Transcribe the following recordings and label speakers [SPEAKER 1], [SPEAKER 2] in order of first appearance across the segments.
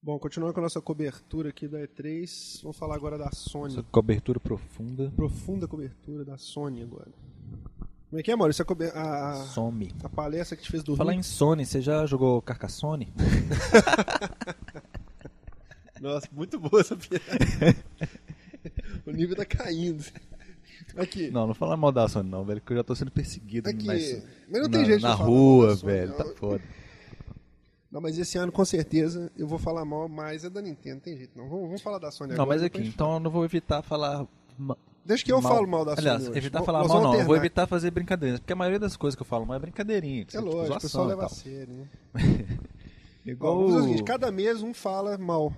[SPEAKER 1] Bom, continuando com a nossa cobertura aqui da E3, vamos falar agora da Sony.
[SPEAKER 2] Essa cobertura profunda
[SPEAKER 1] Profunda cobertura da Sony agora. Como é que é, Maurício? A, cobe- a, a-
[SPEAKER 2] some.
[SPEAKER 1] a palestra que te fez dormir?
[SPEAKER 2] Falar em Sony, você já jogou Carcassone?
[SPEAKER 1] Nossa, muito boa essa piada. o nível tá caindo. é Aqui.
[SPEAKER 2] Não, não fala mal da Sony não, velho, que eu já tô sendo perseguido
[SPEAKER 1] Aqui.
[SPEAKER 2] nas-
[SPEAKER 1] É Mas não tem
[SPEAKER 2] na,
[SPEAKER 1] jeito de
[SPEAKER 2] na
[SPEAKER 1] falar mal
[SPEAKER 2] rua,
[SPEAKER 1] da Sony, é
[SPEAKER 2] velho,
[SPEAKER 1] não.
[SPEAKER 2] tá foda.
[SPEAKER 1] Não, mas esse ano, com certeza, eu vou falar mal mais é da Nintendo, não tem jeito não. Vamos, vamos falar da Sony
[SPEAKER 2] Não,
[SPEAKER 1] agora.
[SPEAKER 2] mas aqui,
[SPEAKER 1] depois-
[SPEAKER 2] então eu não vou evitar falar ma-
[SPEAKER 1] Deixa que eu
[SPEAKER 2] mal.
[SPEAKER 1] falo mal da Sony
[SPEAKER 2] Aliás,
[SPEAKER 1] hoje.
[SPEAKER 2] evitar
[SPEAKER 1] Vamos-
[SPEAKER 2] falar
[SPEAKER 1] nós
[SPEAKER 2] mal
[SPEAKER 1] vamos
[SPEAKER 2] não, eu vou
[SPEAKER 1] alternar.
[SPEAKER 2] evitar fazer brincadeiras, porque a maioria das coisas que eu falo mal é brincadeirinha. que
[SPEAKER 1] É
[SPEAKER 2] você, tipo,
[SPEAKER 1] lógico, o
[SPEAKER 2] zoação
[SPEAKER 1] pessoal
[SPEAKER 2] e
[SPEAKER 1] leva a
[SPEAKER 2] tal. Oh.
[SPEAKER 1] sério, né?
[SPEAKER 2] Igual
[SPEAKER 1] Bom, vamos fazer o seguinte,
[SPEAKER 2] o-
[SPEAKER 1] cada mês um fala mal.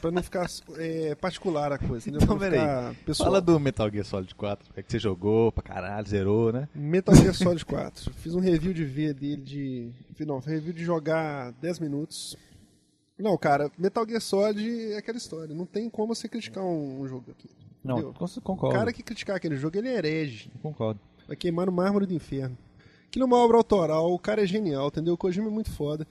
[SPEAKER 1] pra não ficar é, particular a coisa, entendeu?
[SPEAKER 2] Então,
[SPEAKER 1] Pra não
[SPEAKER 2] peraí.
[SPEAKER 1] né, ficar pessoal.
[SPEAKER 2] Fala do Metal Gear Solid 4, é que você jogou pra caralho, zerou, né?
[SPEAKER 1] Metal Gear Solid 4. Fiz um review de ver dele de. Não, review de jogar 10 minutos. Não, cara, Metal Gear Solid é aquela história. Não tem como você criticar um, um jogo aqui.
[SPEAKER 2] Não,
[SPEAKER 1] entendeu?
[SPEAKER 2] cons-
[SPEAKER 1] O
[SPEAKER 2] concordo.
[SPEAKER 1] cara que criticar aquele jogo, ele é herege.
[SPEAKER 2] Concordo.
[SPEAKER 1] Vai queimar no mármore do inferno. Aquilo é uma obra autoral, o cara é genial, entendeu? O Kojima é muito foda.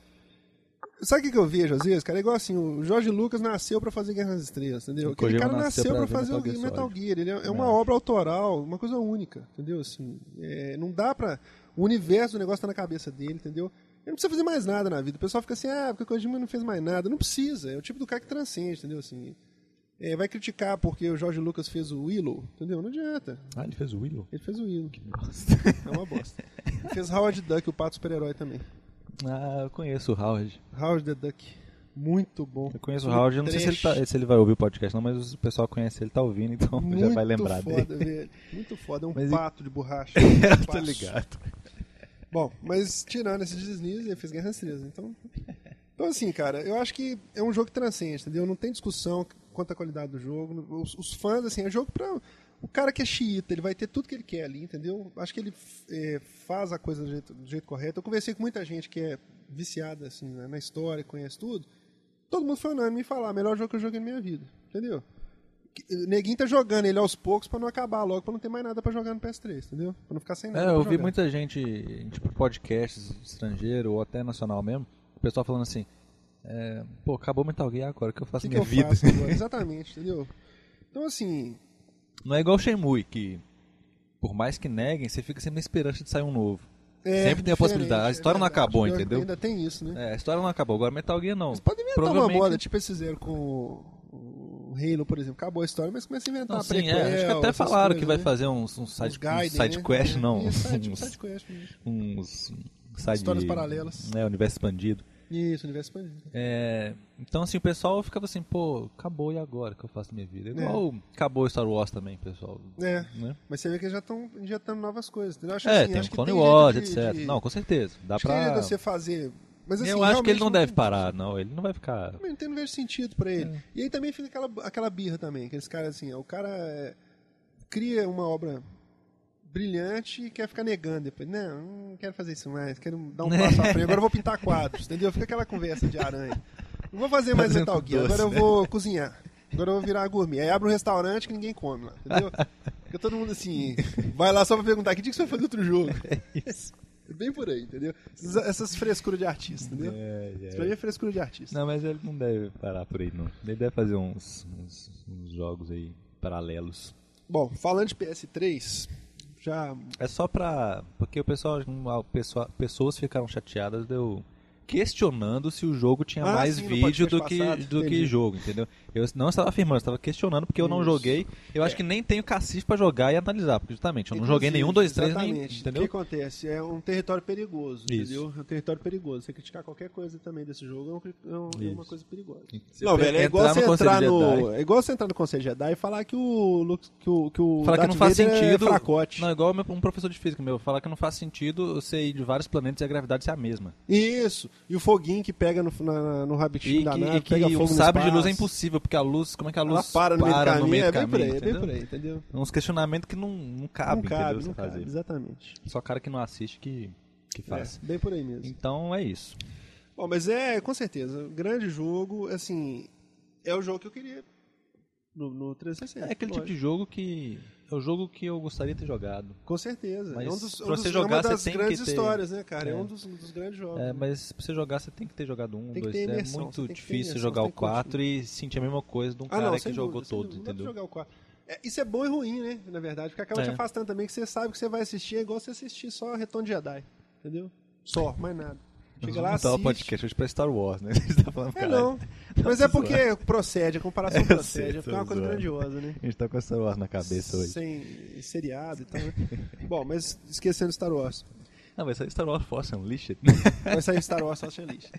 [SPEAKER 1] Sabe o que que eu vejo às vezes, cara? É igual assim, o Jorge Lucas nasceu pra fazer Guerra nas Estrelas, entendeu?
[SPEAKER 2] O
[SPEAKER 1] Aquele
[SPEAKER 2] Kojima
[SPEAKER 1] cara nasceu,
[SPEAKER 2] nasceu
[SPEAKER 1] pra
[SPEAKER 2] pra ver
[SPEAKER 1] fazer o
[SPEAKER 2] Metal
[SPEAKER 1] Metal
[SPEAKER 2] Gear
[SPEAKER 1] Gear.
[SPEAKER 2] Solid.
[SPEAKER 1] Ele é, é uma
[SPEAKER 2] É.
[SPEAKER 1] obra autoral, uma coisa única, entendeu? Assim, é, não dá pra... O universo do negócio tá na cabeça dele, entendeu? Ele não precisa fazer mais nada na vida. O pessoal fica assim, ah, porque o Kojima não fez mais nada. Não precisa, é o tipo do cara que transcende, entendeu? Assim, é, vai criticar porque o Jorge Lucas fez o Willow, entendeu? Não adianta.
[SPEAKER 2] Ah, ele fez o Willow?
[SPEAKER 1] Ele fez o Willow.
[SPEAKER 2] Nossa.
[SPEAKER 1] É uma bosta. Fez Howard the Duck, o pato super-herói também.
[SPEAKER 2] ah, eu conheço o Howard.
[SPEAKER 1] Howard the Duck. Muito bom.
[SPEAKER 2] Eu conheço o
[SPEAKER 1] Filme
[SPEAKER 2] Howard, eu não sei se ele,
[SPEAKER 1] trash.
[SPEAKER 2] tá- se ele vai ouvir o podcast não, mas o pessoal conhece ele, tá ouvindo, então
[SPEAKER 1] Muito
[SPEAKER 2] já vai lembrar
[SPEAKER 1] foda,
[SPEAKER 2] dele.
[SPEAKER 1] velho. Muito foda. É um
[SPEAKER 2] Mas e-
[SPEAKER 1] pato de borracha.
[SPEAKER 2] Eu tô
[SPEAKER 1] Passo.
[SPEAKER 2] ligado.
[SPEAKER 1] Bom, mas tirando esses deslize, ele fez Guerra nas Estrelas. Então... então, assim, cara, eu acho que é um jogo que transcende, entendeu? Não tem discussão quanto à qualidade do jogo. Os, os fãs, assim, é jogo pra... O cara que é xiita, ele vai ter tudo que ele quer ali, entendeu? Acho que ele eh, faz a coisa do jeito, do jeito correto. Eu conversei com muita gente que é viciada, assim, né, na história, conhece tudo. Todo mundo foi unânime em falar, melhor jogo que eu joguei na minha vida, entendeu? Que- o Neguinho tá jogando ele aos poucos pra não acabar logo, pra não ter mais nada pra jogar no PS3, entendeu? Pra não ficar sem nada
[SPEAKER 2] É,
[SPEAKER 1] pra
[SPEAKER 2] eu ouvi
[SPEAKER 1] jogar.
[SPEAKER 2] muita gente, tipo, podcasts estrangeiro ou até nacional mesmo, o pessoal falando assim, é, pô, acabou Metal Gear agora, o que eu
[SPEAKER 1] O que,
[SPEAKER 2] faço
[SPEAKER 1] que
[SPEAKER 2] na minha
[SPEAKER 1] eu
[SPEAKER 2] vida?
[SPEAKER 1] faço agora? Exatamente, entendeu? Então, assim,
[SPEAKER 2] Não é igual o Shenmue, que por mais que neguem, você fica sempre na esperança de sair um novo.
[SPEAKER 1] é
[SPEAKER 2] Sempre tem a
[SPEAKER 1] diferente,
[SPEAKER 2] possibilidade. A história não
[SPEAKER 1] verdade.
[SPEAKER 2] acabou,
[SPEAKER 1] Ainda-
[SPEAKER 2] entendeu?
[SPEAKER 1] Ainda tem isso, né?
[SPEAKER 2] É, a história não acabou, agora Metal Gear não.
[SPEAKER 1] Eles podem inventar
[SPEAKER 2] Provavelmente-
[SPEAKER 1] uma moda, tipo eles fizeram com o o Halo, por exemplo. Acabou a história, mas começa a inventar
[SPEAKER 2] Não, sim,
[SPEAKER 1] Tá prequel,
[SPEAKER 2] é, acho que até
[SPEAKER 1] essas
[SPEAKER 2] falaram que
[SPEAKER 1] coisas,
[SPEAKER 2] vai
[SPEAKER 1] né?
[SPEAKER 2] fazer uns, uns
[SPEAKER 1] Uns
[SPEAKER 2] side,
[SPEAKER 1] guidem,
[SPEAKER 2] uns side quest,
[SPEAKER 1] né?
[SPEAKER 2] não,
[SPEAKER 1] Isso, é, tipo
[SPEAKER 2] uns,
[SPEAKER 1] side quest mesmo.
[SPEAKER 2] uns side...
[SPEAKER 1] Histórias paralelas.
[SPEAKER 2] É, universo expandido.
[SPEAKER 1] Isso, universo expandido.
[SPEAKER 2] É, então, assim, o pessoal ficava assim, pô, acabou e agora O que eu faço na minha vida? Igual acabou Star Wars também, pessoal.
[SPEAKER 1] É,
[SPEAKER 2] Né?
[SPEAKER 1] mas você vê que eles já estão injetando novas coisas. entendeu? Eu acho
[SPEAKER 2] É,
[SPEAKER 1] assim,
[SPEAKER 2] tem
[SPEAKER 1] acho
[SPEAKER 2] o
[SPEAKER 1] que
[SPEAKER 2] Clone
[SPEAKER 1] jeito
[SPEAKER 2] Wars,
[SPEAKER 1] de-
[SPEAKER 2] etc.
[SPEAKER 1] de-
[SPEAKER 2] Não, com certeza. Dá
[SPEAKER 1] acho que tem
[SPEAKER 2] pra...
[SPEAKER 1] jeito de você fazer... Mas, assim,
[SPEAKER 2] eu acho que ele
[SPEAKER 1] realmente
[SPEAKER 2] não deve
[SPEAKER 1] tem-
[SPEAKER 2] parar, não. Ele não vai ficar...
[SPEAKER 1] Também não vejo sentido pra ele.
[SPEAKER 2] É.
[SPEAKER 1] E aí também fica aquela, aquela birra também, aqueles caras assim, ó, o cara é, cria uma obra brilhante e quer ficar negando depois. Não, não quero fazer isso mais, quero dar um passo à frente, agora eu vou pintar quadros, entendeu? Fica aquela conversa de aranha. Não vou fazer mais
[SPEAKER 2] Fazendo
[SPEAKER 1] Metal Gear,
[SPEAKER 2] doce,
[SPEAKER 1] agora eu
[SPEAKER 2] né?
[SPEAKER 1] vou cozinhar. Agora eu vou virar gourmet. Aí abre um restaurante que ninguém come lá, entendeu? Fica todo mundo assim, vai lá só pra perguntar, que dia que você vai fazer outro jogo?
[SPEAKER 2] Isso.
[SPEAKER 1] É bem por aí, entendeu? Essas, essas frescuras de artista, entendeu? Isso pra mim é frescura de artista.
[SPEAKER 2] Não, mas ele não deve parar por aí, não. Ele deve fazer uns, uns, uns jogos aí paralelos.
[SPEAKER 1] Bom, falando de PS3, já.
[SPEAKER 2] É só pra... Porque o pessoal... a pessoa- pessoas ficaram chateadas de eu... Questionando se o jogo tinha
[SPEAKER 1] Ah,
[SPEAKER 2] mais
[SPEAKER 1] sim, no
[SPEAKER 2] vídeo do
[SPEAKER 1] podcast
[SPEAKER 2] que,
[SPEAKER 1] passado,
[SPEAKER 2] do que
[SPEAKER 1] entendi.
[SPEAKER 2] jogo, entendeu? Eu não estava afirmando, eu estava questionando porque eu não
[SPEAKER 1] Isso. É.
[SPEAKER 2] joguei. Eu acho que nem tenho cacife pra jogar e analisar, porque justamente eu não
[SPEAKER 1] Inclusive,
[SPEAKER 2] joguei nenhum, dois, três, nem,
[SPEAKER 1] exatamente. O
[SPEAKER 2] entendeu?
[SPEAKER 1] que acontece? É um território perigoso,
[SPEAKER 2] Isso.
[SPEAKER 1] entendeu? É um território perigoso. Você criticar qualquer coisa também desse jogo é, um- é um- é uma
[SPEAKER 2] Isso.
[SPEAKER 1] coisa perigosa.
[SPEAKER 2] Você entrar no Conselho Jedi.
[SPEAKER 1] É igual você entrar no Conselho Jedi e falar que o. Luke- Que o, que o
[SPEAKER 2] Falar que
[SPEAKER 1] Darth
[SPEAKER 2] não faz
[SPEAKER 1] Vader
[SPEAKER 2] sentido.
[SPEAKER 1] É fracote.
[SPEAKER 2] Não, é igual meu- um professor de física meu, falar que não faz sentido você ir de vários planetas e a gravidade ser a mesma.
[SPEAKER 1] Isso. E o foguinho que pega no, na, no rabitinho
[SPEAKER 2] E
[SPEAKER 1] da
[SPEAKER 2] que,
[SPEAKER 1] nave,
[SPEAKER 2] e que
[SPEAKER 1] pega fogo
[SPEAKER 2] um
[SPEAKER 1] no
[SPEAKER 2] sabre de luz é
[SPEAKER 1] espaço.
[SPEAKER 2] impossível, porque a luz, como é que a
[SPEAKER 1] Ela
[SPEAKER 2] luz
[SPEAKER 1] para no meio do
[SPEAKER 2] para
[SPEAKER 1] caminho, é bem
[SPEAKER 2] caminho,
[SPEAKER 1] por aí, é bem
[SPEAKER 2] entendeu?
[SPEAKER 1] por aí, entendeu?
[SPEAKER 2] Uns questionamentos que não, não cabe,
[SPEAKER 1] não cabe,
[SPEAKER 2] entendeu?
[SPEAKER 1] não
[SPEAKER 2] você fazer.
[SPEAKER 1] cabe, exatamente.
[SPEAKER 2] Só cara que não assiste que, que faz.
[SPEAKER 1] É, bem por aí mesmo.
[SPEAKER 2] Então é isso.
[SPEAKER 1] Bom, mas é, com certeza, um grande jogo, assim, é o jogo que eu queria No, no 360.
[SPEAKER 2] É aquele tipo de jogo que. É o jogo que eu gostaria de ter jogado.
[SPEAKER 1] Com certeza.
[SPEAKER 2] Mas
[SPEAKER 1] é um dos,
[SPEAKER 2] pra
[SPEAKER 1] um dos-
[SPEAKER 2] você
[SPEAKER 1] é
[SPEAKER 2] jogar,
[SPEAKER 1] uma
[SPEAKER 2] você
[SPEAKER 1] das
[SPEAKER 2] tem que
[SPEAKER 1] grandes
[SPEAKER 2] ter-
[SPEAKER 1] histórias, né, cara? É,
[SPEAKER 2] É.
[SPEAKER 1] um dos, um dos grandes jogos.
[SPEAKER 2] É,
[SPEAKER 1] né?
[SPEAKER 2] mas pra você jogar, você tem que ter jogado um,
[SPEAKER 1] Tem que
[SPEAKER 2] dois.
[SPEAKER 1] ter
[SPEAKER 2] É
[SPEAKER 1] imersão, você
[SPEAKER 2] muito
[SPEAKER 1] tem que ter
[SPEAKER 2] difícil
[SPEAKER 1] imersão,
[SPEAKER 2] jogar
[SPEAKER 1] você tem
[SPEAKER 2] o
[SPEAKER 1] que curtir.
[SPEAKER 2] 4 e sentir a mesma coisa de um
[SPEAKER 1] Ah,
[SPEAKER 2] cara
[SPEAKER 1] não,
[SPEAKER 2] que
[SPEAKER 1] sem
[SPEAKER 2] jogou
[SPEAKER 1] dúvida, sem
[SPEAKER 2] todos,
[SPEAKER 1] dúvida. Não dá pra
[SPEAKER 2] entendeu?
[SPEAKER 1] jogar o quatro. É, isso é bom e ruim, né? Na verdade, porque acaba
[SPEAKER 2] É.
[SPEAKER 1] te afastando também, que você sabe que você vai assistir, é igual você assistir só Retorno de Jedi, entendeu? Só, mais nada.
[SPEAKER 2] Nós
[SPEAKER 1] Chega
[SPEAKER 2] vamos
[SPEAKER 1] lá,
[SPEAKER 2] montar o
[SPEAKER 1] assiste.
[SPEAKER 2] podcast hoje pra Star Wars, né? Você tá falando,
[SPEAKER 1] É
[SPEAKER 2] caralho.
[SPEAKER 1] não, mas é porque procede, a comparação
[SPEAKER 2] Eu sei,
[SPEAKER 1] procede, é porque é uma
[SPEAKER 2] tô
[SPEAKER 1] coisa
[SPEAKER 2] zoando.
[SPEAKER 1] grandiosa, né?
[SPEAKER 2] A gente tá com a Star Wars na cabeça hoje.
[SPEAKER 1] Sem seriado e tal, né? Bom, mas esquecendo Star Wars.
[SPEAKER 2] Não, mas é Star Wars Force um Unleashed.
[SPEAKER 1] Vai sair Star Wars List.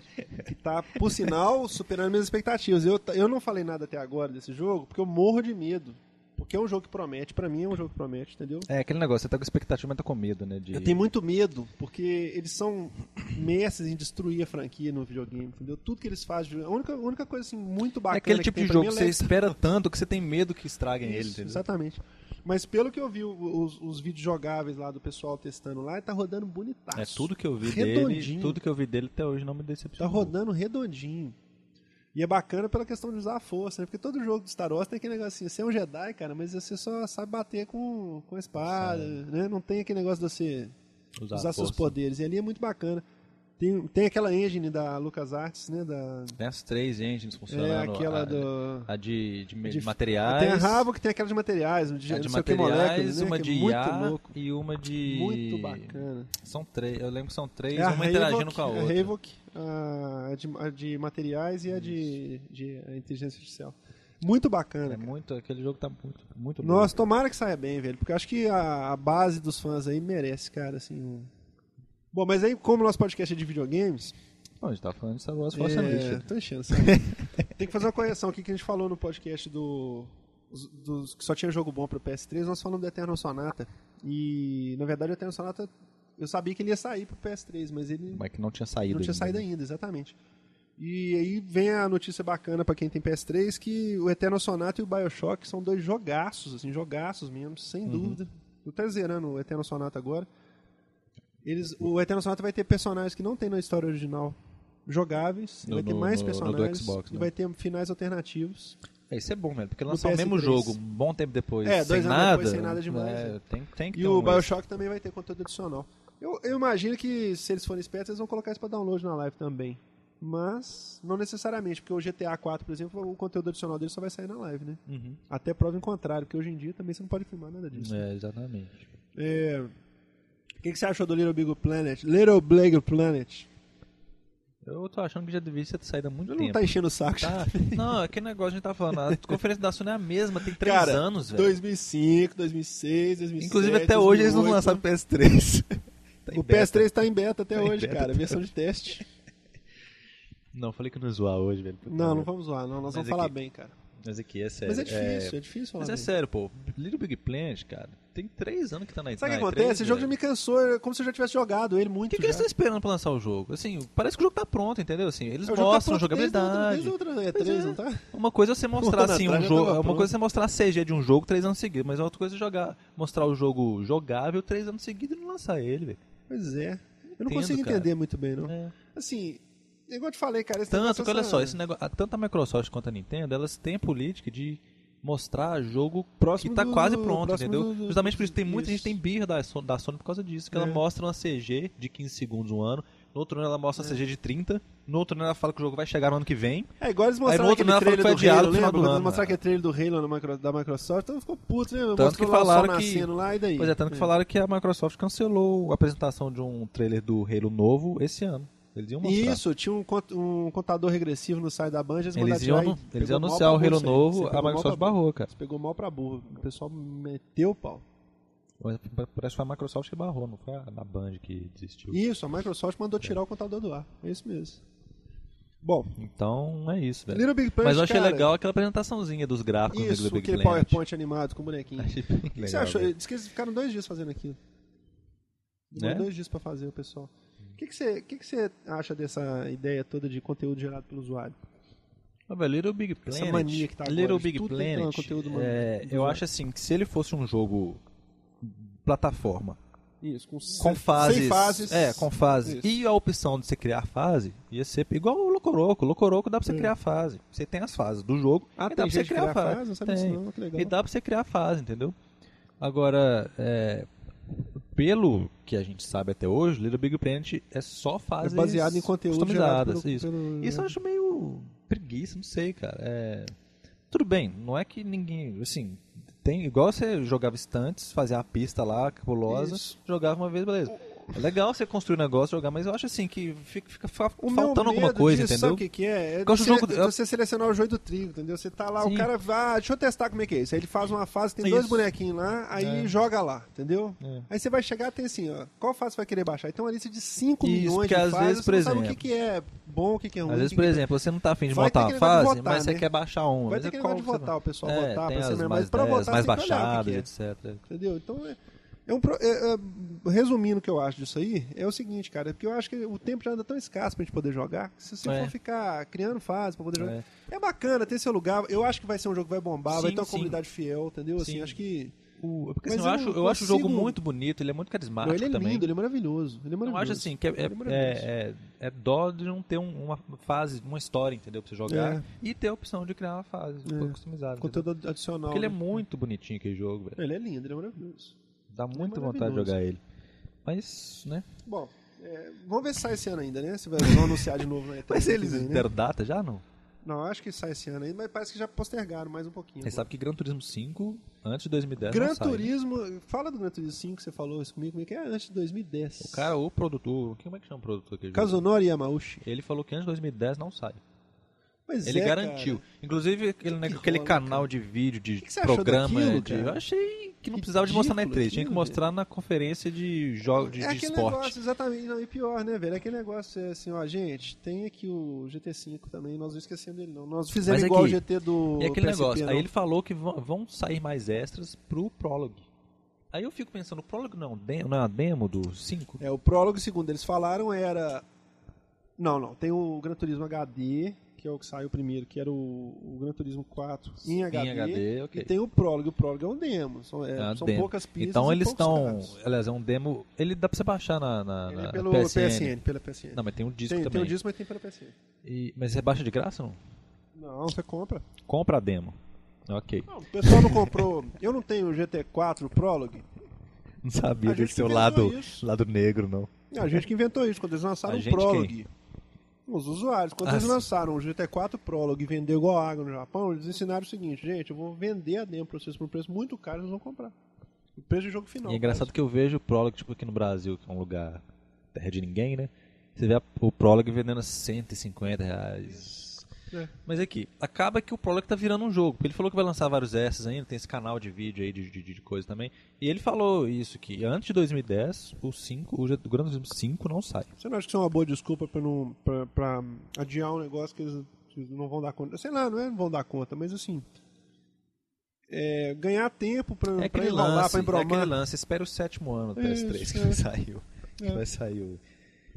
[SPEAKER 1] Que tá, por sinal, superando minhas expectativas. Eu, eu não falei nada até agora desse jogo, porque eu morro de medo. Porque é um jogo que promete, pra mim é um jogo que promete, entendeu?
[SPEAKER 2] é aquele negócio, você tá com expectativa, mas tá com medo, né? De...
[SPEAKER 1] Eu tenho muito medo, porque eles são mestres em destruir a franquia no videogame, entendeu? Tudo que eles fazem, a única, a única coisa assim, muito
[SPEAKER 2] É
[SPEAKER 1] bacana
[SPEAKER 2] aquele
[SPEAKER 1] que
[SPEAKER 2] tipo
[SPEAKER 1] tem
[SPEAKER 2] de
[SPEAKER 1] pra
[SPEAKER 2] jogo
[SPEAKER 1] mim
[SPEAKER 2] que
[SPEAKER 1] é
[SPEAKER 2] você
[SPEAKER 1] Left
[SPEAKER 2] espera tanto que você tem medo que estraguem ele,
[SPEAKER 1] Isso,
[SPEAKER 2] entendeu?
[SPEAKER 1] Exatamente. Mas pelo que eu vi, o- os, os vídeos jogáveis lá do pessoal testando lá, tá rodando bonitaço.
[SPEAKER 2] É tudo que eu vi dele,
[SPEAKER 1] Redondinho.
[SPEAKER 2] tudo que eu vi dele até hoje não me
[SPEAKER 1] Tá
[SPEAKER 2] decepcionou.
[SPEAKER 1] rodando redondinho. E é bacana pela questão de usar a força, né? Porque todo jogo de Star Wars tem aquele negocinho, você é um Jedi, cara, mas você só sabe bater com, com a espada, né? Não tem aquele negócio de você usar,
[SPEAKER 2] Usar a
[SPEAKER 1] seus
[SPEAKER 2] força.
[SPEAKER 1] poderes. E ali é muito bacana. Tem, tem aquela engine da LucasArts, né? Da,
[SPEAKER 2] Tem as três engines funcionando.
[SPEAKER 1] é aquela
[SPEAKER 2] a,
[SPEAKER 1] do...
[SPEAKER 2] a de, de,
[SPEAKER 1] de-
[SPEAKER 2] materiais.
[SPEAKER 1] Tem a Rabo que tem aquela de materiais, de,
[SPEAKER 2] a de
[SPEAKER 1] não sei o que, moléculas,
[SPEAKER 2] materiais,
[SPEAKER 1] né?
[SPEAKER 2] uma
[SPEAKER 1] que
[SPEAKER 2] de
[SPEAKER 1] é muito
[SPEAKER 2] IA
[SPEAKER 1] louco.
[SPEAKER 2] e uma de.
[SPEAKER 1] Muito bacana.
[SPEAKER 2] São três. Eu lembro que são três,
[SPEAKER 1] É a
[SPEAKER 2] uma interagindo com a outra.
[SPEAKER 1] A Havok, a de, a de materiais e a de, de a inteligência artificial. Muito bacana.
[SPEAKER 2] É
[SPEAKER 1] cara.
[SPEAKER 2] muito, aquele jogo tá muito, muito bom.
[SPEAKER 1] Nossa, tomara que saia bem, velho. Porque eu acho que a, a base dos fãs aí merece, cara, assim. um- Bom, mas aí, como o nosso podcast é de videogames.
[SPEAKER 2] Não, a gente tava falando de Star Wars Force
[SPEAKER 1] é,
[SPEAKER 2] Unleashed.
[SPEAKER 1] Tô enchendo, sabe? Tem que fazer uma correção aqui que a gente falou no podcast do. os- Dos, que só tinha jogo bom pro PS3, nós falamos do Eternal Sonata. E, na verdade, o Eternal Sonata. Eu sabia que ele ia sair pro PS3, mas ele
[SPEAKER 2] Mas que não tinha saído né?
[SPEAKER 1] não tinha saído ainda, exatamente. E aí vem a notícia bacana pra quem tem PS3 que o Eterno Sonata e o BioShock são dois jogaços, assim, jogaços mesmo,
[SPEAKER 2] Uhum.
[SPEAKER 1] sem dúvida. Eu tô zerando o Eterno Sonata agora. Eles, o Eterno Sonata vai ter personagens que não tem na história original jogáveis,
[SPEAKER 2] No-
[SPEAKER 1] vai ter
[SPEAKER 2] no-
[SPEAKER 1] mais
[SPEAKER 2] no- no do
[SPEAKER 1] personagens
[SPEAKER 2] Xbox,
[SPEAKER 1] e
[SPEAKER 2] né?
[SPEAKER 1] vai ter finais alternativos.
[SPEAKER 2] É, isso é bom, velho, porque
[SPEAKER 1] No
[SPEAKER 2] lançar o mesmo
[SPEAKER 1] PS3.
[SPEAKER 2] jogo um bom tempo depois,
[SPEAKER 1] É,
[SPEAKER 2] sem
[SPEAKER 1] dois anos
[SPEAKER 2] nada,
[SPEAKER 1] depois, sem nada demais,
[SPEAKER 2] é,
[SPEAKER 1] né?
[SPEAKER 2] tem, tem que
[SPEAKER 1] E
[SPEAKER 2] ter
[SPEAKER 1] o
[SPEAKER 2] um
[SPEAKER 1] BioShock também vai ter conteúdo adicional. Eu, eu imagino que se eles forem espertos, eles vão colocar isso pra download na live também. Mas não necessariamente, porque o GTA 4, por exemplo, o conteúdo adicional dele só vai sair na live, né?
[SPEAKER 2] Uhum.
[SPEAKER 1] Até prova em contrário, porque hoje em dia também você não pode filmar nada disso.
[SPEAKER 2] É, exatamente.
[SPEAKER 1] É, O que, que você achou do Little Big Planet? Little Big Planet.
[SPEAKER 2] Eu tô achando que já devia ter saído há muito
[SPEAKER 1] Ele
[SPEAKER 2] tempo.
[SPEAKER 1] não tá enchendo o saco.
[SPEAKER 2] Tá. Não, é aquele negócio que a gente tá falando. A conferência da Sony é a mesma, tem três
[SPEAKER 1] Cara,
[SPEAKER 2] anos, velho.
[SPEAKER 1] 2005, 2006, 2007,
[SPEAKER 2] Inclusive, até hoje eles não
[SPEAKER 1] 2008.
[SPEAKER 2] lançaram o PS3. Tá em
[SPEAKER 1] O
[SPEAKER 2] beta.
[SPEAKER 1] PS3 tá em beta até
[SPEAKER 2] Tá em
[SPEAKER 1] hoje,
[SPEAKER 2] beta
[SPEAKER 1] cara.
[SPEAKER 2] até
[SPEAKER 1] Versão de teste.
[SPEAKER 2] Não, falei que não ia zoar hoje, velho. Puta
[SPEAKER 1] Não, não
[SPEAKER 2] merda.
[SPEAKER 1] vamos zoar, não. Nós
[SPEAKER 2] Tá Mas
[SPEAKER 1] vamos
[SPEAKER 2] aqui-
[SPEAKER 1] falar bem, cara.
[SPEAKER 2] Mas aqui, é sério.
[SPEAKER 1] Mas é difícil, é, difícil falar
[SPEAKER 2] Mas é
[SPEAKER 1] bem.
[SPEAKER 2] sério, pô. Little Big Planet, cara, tem três anos que tá na
[SPEAKER 1] Sabe o
[SPEAKER 2] na
[SPEAKER 1] que
[SPEAKER 2] E3,
[SPEAKER 1] acontece? Esse jogo já
[SPEAKER 2] velho.
[SPEAKER 1] me cansou, é como se eu já tivesse jogado ele
[SPEAKER 2] O
[SPEAKER 1] muito.
[SPEAKER 2] que, que eles
[SPEAKER 1] já.
[SPEAKER 2] estão esperando pra lançar o jogo? Assim, parece que o jogo tá pronto, entendeu? Assim, eles
[SPEAKER 1] É, o jogo tá
[SPEAKER 2] mostram
[SPEAKER 1] pronto desde a outra-
[SPEAKER 2] jogabilidade.
[SPEAKER 1] Desde a outra E3,
[SPEAKER 2] Pois é.
[SPEAKER 1] não tá?
[SPEAKER 2] Uma coisa é você
[SPEAKER 1] Um
[SPEAKER 2] mostrar
[SPEAKER 1] ano
[SPEAKER 2] assim um
[SPEAKER 1] atrás já
[SPEAKER 2] jogo,
[SPEAKER 1] tava
[SPEAKER 2] uma
[SPEAKER 1] pronto.
[SPEAKER 2] coisa é você mostrar CG de um jogo três anos seguidos, mas outra coisa é jogar, mostrar o jogo jogável três anos seguidos e não lançar ele, velho.
[SPEAKER 1] Pois é. Eu não
[SPEAKER 2] Entendo,
[SPEAKER 1] consigo
[SPEAKER 2] cara.
[SPEAKER 1] entender muito bem, não.
[SPEAKER 2] É.
[SPEAKER 1] Assim, é igual eu te falei, cara. Esse
[SPEAKER 2] Tanto
[SPEAKER 1] negócio
[SPEAKER 2] que olha
[SPEAKER 1] essa-
[SPEAKER 2] só, esse negócio, a- tanto a Microsoft quanto a Nintendo, elas têm a política de mostrar jogo próximo que tá
[SPEAKER 1] do-
[SPEAKER 2] quase
[SPEAKER 1] do-
[SPEAKER 2] pronto,
[SPEAKER 1] próximo
[SPEAKER 2] entendeu?
[SPEAKER 1] do- do-
[SPEAKER 2] Justamente por isso tem muita
[SPEAKER 1] isso.
[SPEAKER 2] gente tem birra da Sony, da Sony por causa disso, que ela
[SPEAKER 1] É.
[SPEAKER 2] mostra uma CG de 15 segundos um ano, no outro ano ela mostra uma CG de 30, no outro ano ela fala que o jogo vai chegar no ano que vem.
[SPEAKER 1] É igual eles
[SPEAKER 2] Aí no
[SPEAKER 1] mostraram
[SPEAKER 2] outro
[SPEAKER 1] aquele
[SPEAKER 2] não, ela
[SPEAKER 1] trailer
[SPEAKER 2] falou que foi
[SPEAKER 1] do Halo,
[SPEAKER 2] adiado no
[SPEAKER 1] lembra?
[SPEAKER 2] final do
[SPEAKER 1] Quando eles
[SPEAKER 2] ano,
[SPEAKER 1] mostraram
[SPEAKER 2] né?
[SPEAKER 1] aquele trailer do Halo na micro- da Microsoft, então ficou puto, né?
[SPEAKER 2] Tanto que
[SPEAKER 1] Mostrou lá o sol
[SPEAKER 2] falaram que-
[SPEAKER 1] nascendo lá, e daí?
[SPEAKER 2] Pois é, tanto que falaram que a Microsoft cancelou a apresentação de um trailer do Halo novo esse ano. Eles iam mostrar.
[SPEAKER 1] Isso, tinha um, cont- um contador regressivo no site da Band, eles mandaram
[SPEAKER 2] Eles
[SPEAKER 1] tirar
[SPEAKER 2] iam,
[SPEAKER 1] e
[SPEAKER 2] anu- eles
[SPEAKER 1] pegou
[SPEAKER 2] iam
[SPEAKER 1] mal
[SPEAKER 2] anunciar
[SPEAKER 1] pra
[SPEAKER 2] o Halo
[SPEAKER 1] burro isso aí. Você
[SPEAKER 2] novo,
[SPEAKER 1] pegou
[SPEAKER 2] a
[SPEAKER 1] mal
[SPEAKER 2] Microsoft
[SPEAKER 1] pra burro.
[SPEAKER 2] barrou, cara.
[SPEAKER 1] Você pegou mal pra burro. O pessoal meteu o pau.
[SPEAKER 2] Parece que foi a Microsoft que barrou, não foi a da Band que desistiu.
[SPEAKER 1] Isso, a Microsoft mandou tirar o contador do ar. É isso mesmo. Bom,
[SPEAKER 2] Então é isso, velho.
[SPEAKER 1] Little Big Planet,
[SPEAKER 2] Mas eu achei
[SPEAKER 1] cara,
[SPEAKER 2] legal aquela apresentaçãozinha dos gráficos do
[SPEAKER 1] Isso,
[SPEAKER 2] Little Big
[SPEAKER 1] aquele
[SPEAKER 2] Planet.
[SPEAKER 1] PowerPoint animado com o bonequinho.
[SPEAKER 2] Achei bem
[SPEAKER 1] O que
[SPEAKER 2] legal, né?
[SPEAKER 1] você achou?
[SPEAKER 2] velho.
[SPEAKER 1] Diz que eles ficaram dois dias fazendo aquilo. Demorou
[SPEAKER 2] Né?
[SPEAKER 1] Dois dias pra fazer, o pessoal. O que, que, você, o que, que você acha dessa ideia toda de conteúdo gerado pelo usuário?
[SPEAKER 2] Ah, velho, Little Big Planet.
[SPEAKER 1] mania que tá agora,
[SPEAKER 2] Little
[SPEAKER 1] de
[SPEAKER 2] Big
[SPEAKER 1] tudo tem que ter um
[SPEAKER 2] Planet.
[SPEAKER 1] conteúdo mano-
[SPEAKER 2] é,
[SPEAKER 1] do
[SPEAKER 2] eu
[SPEAKER 1] usuário.
[SPEAKER 2] acho assim que se ele fosse um jogo plataforma
[SPEAKER 1] Isso, com,
[SPEAKER 2] com fases,
[SPEAKER 1] Sem fases.
[SPEAKER 2] é, com fases
[SPEAKER 1] Isso.
[SPEAKER 2] e a opção de você criar fase ia ser igual o Locoroco. Locoroco dá pra você criar fase. Você tem as fases do jogo
[SPEAKER 1] Hum. Ah,
[SPEAKER 2] e
[SPEAKER 1] tem
[SPEAKER 2] dá pra você
[SPEAKER 1] jeito de
[SPEAKER 2] criar,
[SPEAKER 1] criar
[SPEAKER 2] fase.
[SPEAKER 1] fase? Não sabia
[SPEAKER 2] Tem.
[SPEAKER 1] disso não, que legal.
[SPEAKER 2] E dá pra você criar fase, entendeu? Agora, é, pelo que a gente sabe até hoje, Little Big Planet é só fases
[SPEAKER 1] É baseado em conteúdo gerado
[SPEAKER 2] customizadas.
[SPEAKER 1] pelo-
[SPEAKER 2] isso.
[SPEAKER 1] pelo-
[SPEAKER 2] isso eu acho meio preguiça, não sei, cara. É, tudo bem, não é que ninguém. Assim, tem, igual você jogava estantes, fazia a pista lá, cabulosa,
[SPEAKER 1] Isso.
[SPEAKER 2] jogava uma vez, beleza. É legal você construir um negócio, jogar, mas eu acho assim que fica, fica fa-
[SPEAKER 1] O meu
[SPEAKER 2] faltando alguma
[SPEAKER 1] medo
[SPEAKER 2] coisa,
[SPEAKER 1] disso, Sabe
[SPEAKER 2] entendeu?
[SPEAKER 1] o que, que é? É
[SPEAKER 2] Gosto do
[SPEAKER 1] você,
[SPEAKER 2] jogo-
[SPEAKER 1] você selecionar o joio do trigo, entendeu? Você tá lá,
[SPEAKER 2] Sim.
[SPEAKER 1] o cara vai, ah, deixa eu testar como é que é isso. Aí ele faz uma fase, tem dois
[SPEAKER 2] Isso.
[SPEAKER 1] bonequinhos lá, aí
[SPEAKER 2] É.
[SPEAKER 1] joga lá, entendeu?
[SPEAKER 2] É.
[SPEAKER 1] Aí você vai chegar, tem assim, ó, qual fase você vai querer baixar? Aí tem uma lista de 5
[SPEAKER 2] Isso,
[SPEAKER 1] milhões de
[SPEAKER 2] porque às
[SPEAKER 1] fases,
[SPEAKER 2] vezes,
[SPEAKER 1] você
[SPEAKER 2] por
[SPEAKER 1] não sabe o que,
[SPEAKER 2] exemplo-
[SPEAKER 1] que é bom, o que, que é ruim.
[SPEAKER 2] Às
[SPEAKER 1] o
[SPEAKER 2] vezes,
[SPEAKER 1] que
[SPEAKER 2] por
[SPEAKER 1] que-
[SPEAKER 2] exemplo, você não tá afim de
[SPEAKER 1] Vai ter
[SPEAKER 2] montar uma
[SPEAKER 1] aquele negócio de
[SPEAKER 2] fase,
[SPEAKER 1] votar,
[SPEAKER 2] mas você
[SPEAKER 1] né?
[SPEAKER 2] quer baixar uma.
[SPEAKER 1] Vai
[SPEAKER 2] mas
[SPEAKER 1] ter
[SPEAKER 2] é
[SPEAKER 1] aquele
[SPEAKER 2] qual
[SPEAKER 1] negócio de
[SPEAKER 2] você
[SPEAKER 1] votar,
[SPEAKER 2] vai-
[SPEAKER 1] o pessoal
[SPEAKER 2] É,
[SPEAKER 1] votar,
[SPEAKER 2] tem
[SPEAKER 1] pra você
[SPEAKER 2] as
[SPEAKER 1] mesmo,
[SPEAKER 2] mais
[SPEAKER 1] mas pra
[SPEAKER 2] 10,
[SPEAKER 1] votar
[SPEAKER 2] mais
[SPEAKER 1] você tem que olhar o que
[SPEAKER 2] baixadas,
[SPEAKER 1] que é.
[SPEAKER 2] etc.
[SPEAKER 1] Entendeu? Então, é, é um pro- é- é- resumindo o que eu acho disso aí, é o seguinte, cara, é porque eu acho que o tempo já anda tão escasso pra gente poder jogar, que se você
[SPEAKER 2] É.
[SPEAKER 1] for ficar criando fase pra poder jogar.
[SPEAKER 2] É.
[SPEAKER 1] É. bacana ter seu lugar, eu acho que vai ser um jogo que vai bombar, vai
[SPEAKER 2] Sim,
[SPEAKER 1] ter uma
[SPEAKER 2] sim.
[SPEAKER 1] comunidade fiel, entendeu? Assim,
[SPEAKER 2] Sim.
[SPEAKER 1] acho que.
[SPEAKER 2] O- porque
[SPEAKER 1] Mas
[SPEAKER 2] assim,
[SPEAKER 1] é
[SPEAKER 2] eu,
[SPEAKER 1] eu
[SPEAKER 2] acho,
[SPEAKER 1] não
[SPEAKER 2] eu acho o jogo
[SPEAKER 1] consigo-
[SPEAKER 2] muito bonito, ele é muito carismático
[SPEAKER 1] Não, ele é lindo,
[SPEAKER 2] também.
[SPEAKER 1] ele é maravilhoso. Ele é
[SPEAKER 2] Eu
[SPEAKER 1] maravilhoso.
[SPEAKER 2] acho assim, que é, é,
[SPEAKER 1] Ele é maravilhoso.
[SPEAKER 2] é- é- é dó de não ter um- uma fase, uma história, entendeu? Pra você jogar.
[SPEAKER 1] É.
[SPEAKER 2] E ter a opção de criar uma fase um
[SPEAKER 1] É.
[SPEAKER 2] pouco customizada. entendeu?
[SPEAKER 1] Conteúdo ad- adicional.
[SPEAKER 2] Porque ele é
[SPEAKER 1] né?
[SPEAKER 2] muito bonitinho aquele jogo, velho.
[SPEAKER 1] Ele é lindo, ele é maravilhoso.
[SPEAKER 2] Dá muita
[SPEAKER 1] maravilhoso.
[SPEAKER 2] vontade de jogar ele. Mas, né?
[SPEAKER 1] Bom, é, vamos ver se sai esse ano ainda, né? Se vai, vão anunciar de novo na E3
[SPEAKER 2] Mas
[SPEAKER 1] que
[SPEAKER 2] eles
[SPEAKER 1] vem, né?
[SPEAKER 2] deram data já, não?
[SPEAKER 1] Não, acho que sai esse ano ainda, mas parece que já postergaram mais um pouquinho.
[SPEAKER 2] Você sabe que Gran Turismo 5, antes de 2010,
[SPEAKER 1] Gran
[SPEAKER 2] não sai, né?
[SPEAKER 1] Turismo, fala do Gran Turismo 5 que você falou isso comigo, comigo, que é antes de 2010.
[SPEAKER 2] O cara, o produtor, como é que chama o produtor que jogo?
[SPEAKER 1] Kazunori Yamauchi.
[SPEAKER 2] Ele falou que antes de 2010 não sai.
[SPEAKER 1] Mas
[SPEAKER 2] Ele
[SPEAKER 1] é,
[SPEAKER 2] garantiu.
[SPEAKER 1] cara.
[SPEAKER 2] Inclusive, aquele,
[SPEAKER 1] que
[SPEAKER 2] aquele
[SPEAKER 1] rola,
[SPEAKER 2] canal de vídeo, de
[SPEAKER 1] que você achou
[SPEAKER 2] programa.
[SPEAKER 1] daquilo,
[SPEAKER 2] de-
[SPEAKER 1] cara?
[SPEAKER 2] eu achei que não
[SPEAKER 1] Ridículo
[SPEAKER 2] precisava de mostrar na E3. Tinha que
[SPEAKER 1] aquilo,
[SPEAKER 2] mostrar na conferência de jogos de,
[SPEAKER 1] é
[SPEAKER 2] de
[SPEAKER 1] aquele
[SPEAKER 2] esporte.
[SPEAKER 1] negócio, exatamente, não, e pior, né, velho? É Aquele negócio é assim, ó, gente, tem aqui o GT5 também, nós não esquecemos dele, não. Nós fizemos
[SPEAKER 2] Mas é
[SPEAKER 1] igual
[SPEAKER 2] que-
[SPEAKER 1] o GT do.
[SPEAKER 2] E aquele
[SPEAKER 1] PSP,
[SPEAKER 2] negócio.
[SPEAKER 1] não.
[SPEAKER 2] Aí ele falou que vão, vão sair mais extras pro prólogo. Aí eu fico pensando, o prólogo não, é um de- não é uma demo do 5?
[SPEAKER 1] É, o prólogo, segundo eles falaram, era. Não, não, tem o Gran Turismo HD, que é o que saiu primeiro, que era o, o Gran Turismo 4 em, HD.
[SPEAKER 2] HD, ok.
[SPEAKER 1] E tem o prólogo, e o prólogo é um demo, são, é,
[SPEAKER 2] É uma
[SPEAKER 1] são
[SPEAKER 2] demo.
[SPEAKER 1] poucas pistas.
[SPEAKER 2] Então
[SPEAKER 1] e
[SPEAKER 2] eles
[SPEAKER 1] poucos
[SPEAKER 2] estão.
[SPEAKER 1] carros.
[SPEAKER 2] Aliás, é um demo. Ele dá pra você baixar na, na,
[SPEAKER 1] Ele
[SPEAKER 2] na
[SPEAKER 1] é pelo PSN.
[SPEAKER 2] PSN.
[SPEAKER 1] pela PSN.
[SPEAKER 2] Não, mas tem um disco
[SPEAKER 1] tem,
[SPEAKER 2] também.
[SPEAKER 1] tem o disco, mas tem pela PSN.
[SPEAKER 2] E- mas você baixa de graça ou não?
[SPEAKER 1] Não, você compra.
[SPEAKER 2] Compra a demo. Ok.
[SPEAKER 1] Não, o pessoal não comprou. Eu não tenho o GT4 Prologue.
[SPEAKER 2] Não sabia
[SPEAKER 1] A gente
[SPEAKER 2] desse seu
[SPEAKER 1] inventou
[SPEAKER 2] lado,
[SPEAKER 1] isso.
[SPEAKER 2] lado negro, não.
[SPEAKER 1] É, A gente que inventou isso, quando eles lançaram
[SPEAKER 2] A
[SPEAKER 1] o
[SPEAKER 2] gente
[SPEAKER 1] Prologue. Os usuários, quando
[SPEAKER 2] Ah,
[SPEAKER 1] eles
[SPEAKER 2] sim.
[SPEAKER 1] lançaram o GT4 Prologue e vendeu igual água no Japão, eles ensinaram o seguinte: gente, eu vou vender a demo pra vocês por um preço muito caro, eles vão comprar. O preço de jogo final.
[SPEAKER 2] e é engraçado que eu vejo o Prologue, tipo aqui no Brasil, que é um lugar terra de ninguém, né? Você vê a- o Prologue vendendo a 150 reais.
[SPEAKER 1] É.
[SPEAKER 2] Mas aqui, acaba que o Prologue tá virando um jogo. porque Ele falou que vai lançar vários S ainda, tem esse canal de vídeo aí de, de, de coisa também. E ele falou isso, que antes de 2010, o 5, o G- o Gran Turismo 5 não sai.
[SPEAKER 1] Você não acha que isso é uma boa desculpa pra, não, pra, pra adiar um negócio que eles que não vão dar conta? Sei lá, não é não vão dar conta, mas assim. é, ganhar tempo pra,
[SPEAKER 2] É
[SPEAKER 1] pra
[SPEAKER 2] aquele
[SPEAKER 1] enrolar,
[SPEAKER 2] lance,
[SPEAKER 1] pra
[SPEAKER 2] é
[SPEAKER 1] embromar.
[SPEAKER 2] aquele lance. Espera o sétimo ano do
[SPEAKER 1] Isso,
[SPEAKER 2] PS3 que
[SPEAKER 1] é.
[SPEAKER 2] vai sair. o- Que
[SPEAKER 1] É.
[SPEAKER 2] vai sair. o-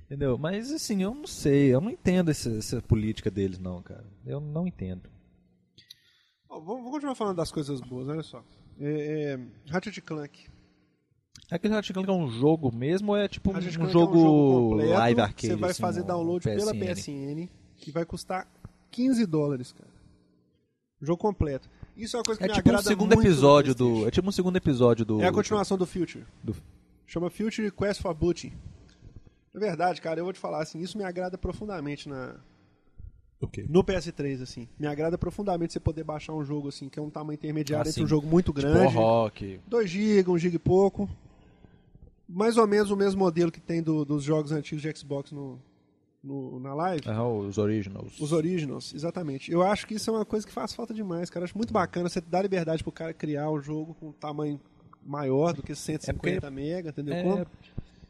[SPEAKER 2] Entendeu? Mas assim, eu não sei. Eu não entendo essa, essa política deles, não, cara. Eu não entendo.
[SPEAKER 1] Ó, vamos, vamos continuar falando das coisas boas, olha só. É, é, Ratchet Clank.
[SPEAKER 2] Aquele Ratchet Clank é um jogo mesmo ou é tipo um,
[SPEAKER 1] Ratchet
[SPEAKER 2] um
[SPEAKER 1] Clank
[SPEAKER 2] jogo,
[SPEAKER 1] é um jogo completo,
[SPEAKER 2] live arcade?
[SPEAKER 1] Você vai
[SPEAKER 2] assim,
[SPEAKER 1] fazer
[SPEAKER 2] um
[SPEAKER 1] download pela
[SPEAKER 2] PSN?
[SPEAKER 1] PSN e vai custar 15 dólares, cara. Jogo completo. Isso é uma coisa que
[SPEAKER 2] É
[SPEAKER 1] me
[SPEAKER 2] tipo um
[SPEAKER 1] agrada
[SPEAKER 2] segundo
[SPEAKER 1] muito
[SPEAKER 2] episódio do.
[SPEAKER 1] PlayStation.
[SPEAKER 2] É tipo um segundo episódio do.
[SPEAKER 1] É a continuação do Future.
[SPEAKER 2] do-
[SPEAKER 1] Chama Future Quest for Booty. Na verdade, cara, eu vou te falar assim, isso me agrada profundamente na,
[SPEAKER 2] O quê?
[SPEAKER 1] no PS3, assim. Me agrada profundamente você poder baixar um jogo, assim, que é um tamanho intermediário
[SPEAKER 2] Ah,
[SPEAKER 1] entre
[SPEAKER 2] sim.
[SPEAKER 1] um jogo muito
[SPEAKER 2] Tipo,
[SPEAKER 1] grande.
[SPEAKER 2] rock.
[SPEAKER 1] 2 GB, 1 GB e pouco. Mais ou menos o mesmo modelo que tem do- dos jogos antigos de Xbox no, no- na live.
[SPEAKER 2] Aham, É, os originals.
[SPEAKER 1] Os originals, exatamente. Eu acho que isso é uma coisa que faz falta demais, cara. Eu acho muito bacana você dar liberdade pro cara criar um jogo com um tamanho maior do que 150 mega, entendeu?
[SPEAKER 2] É.
[SPEAKER 1] como?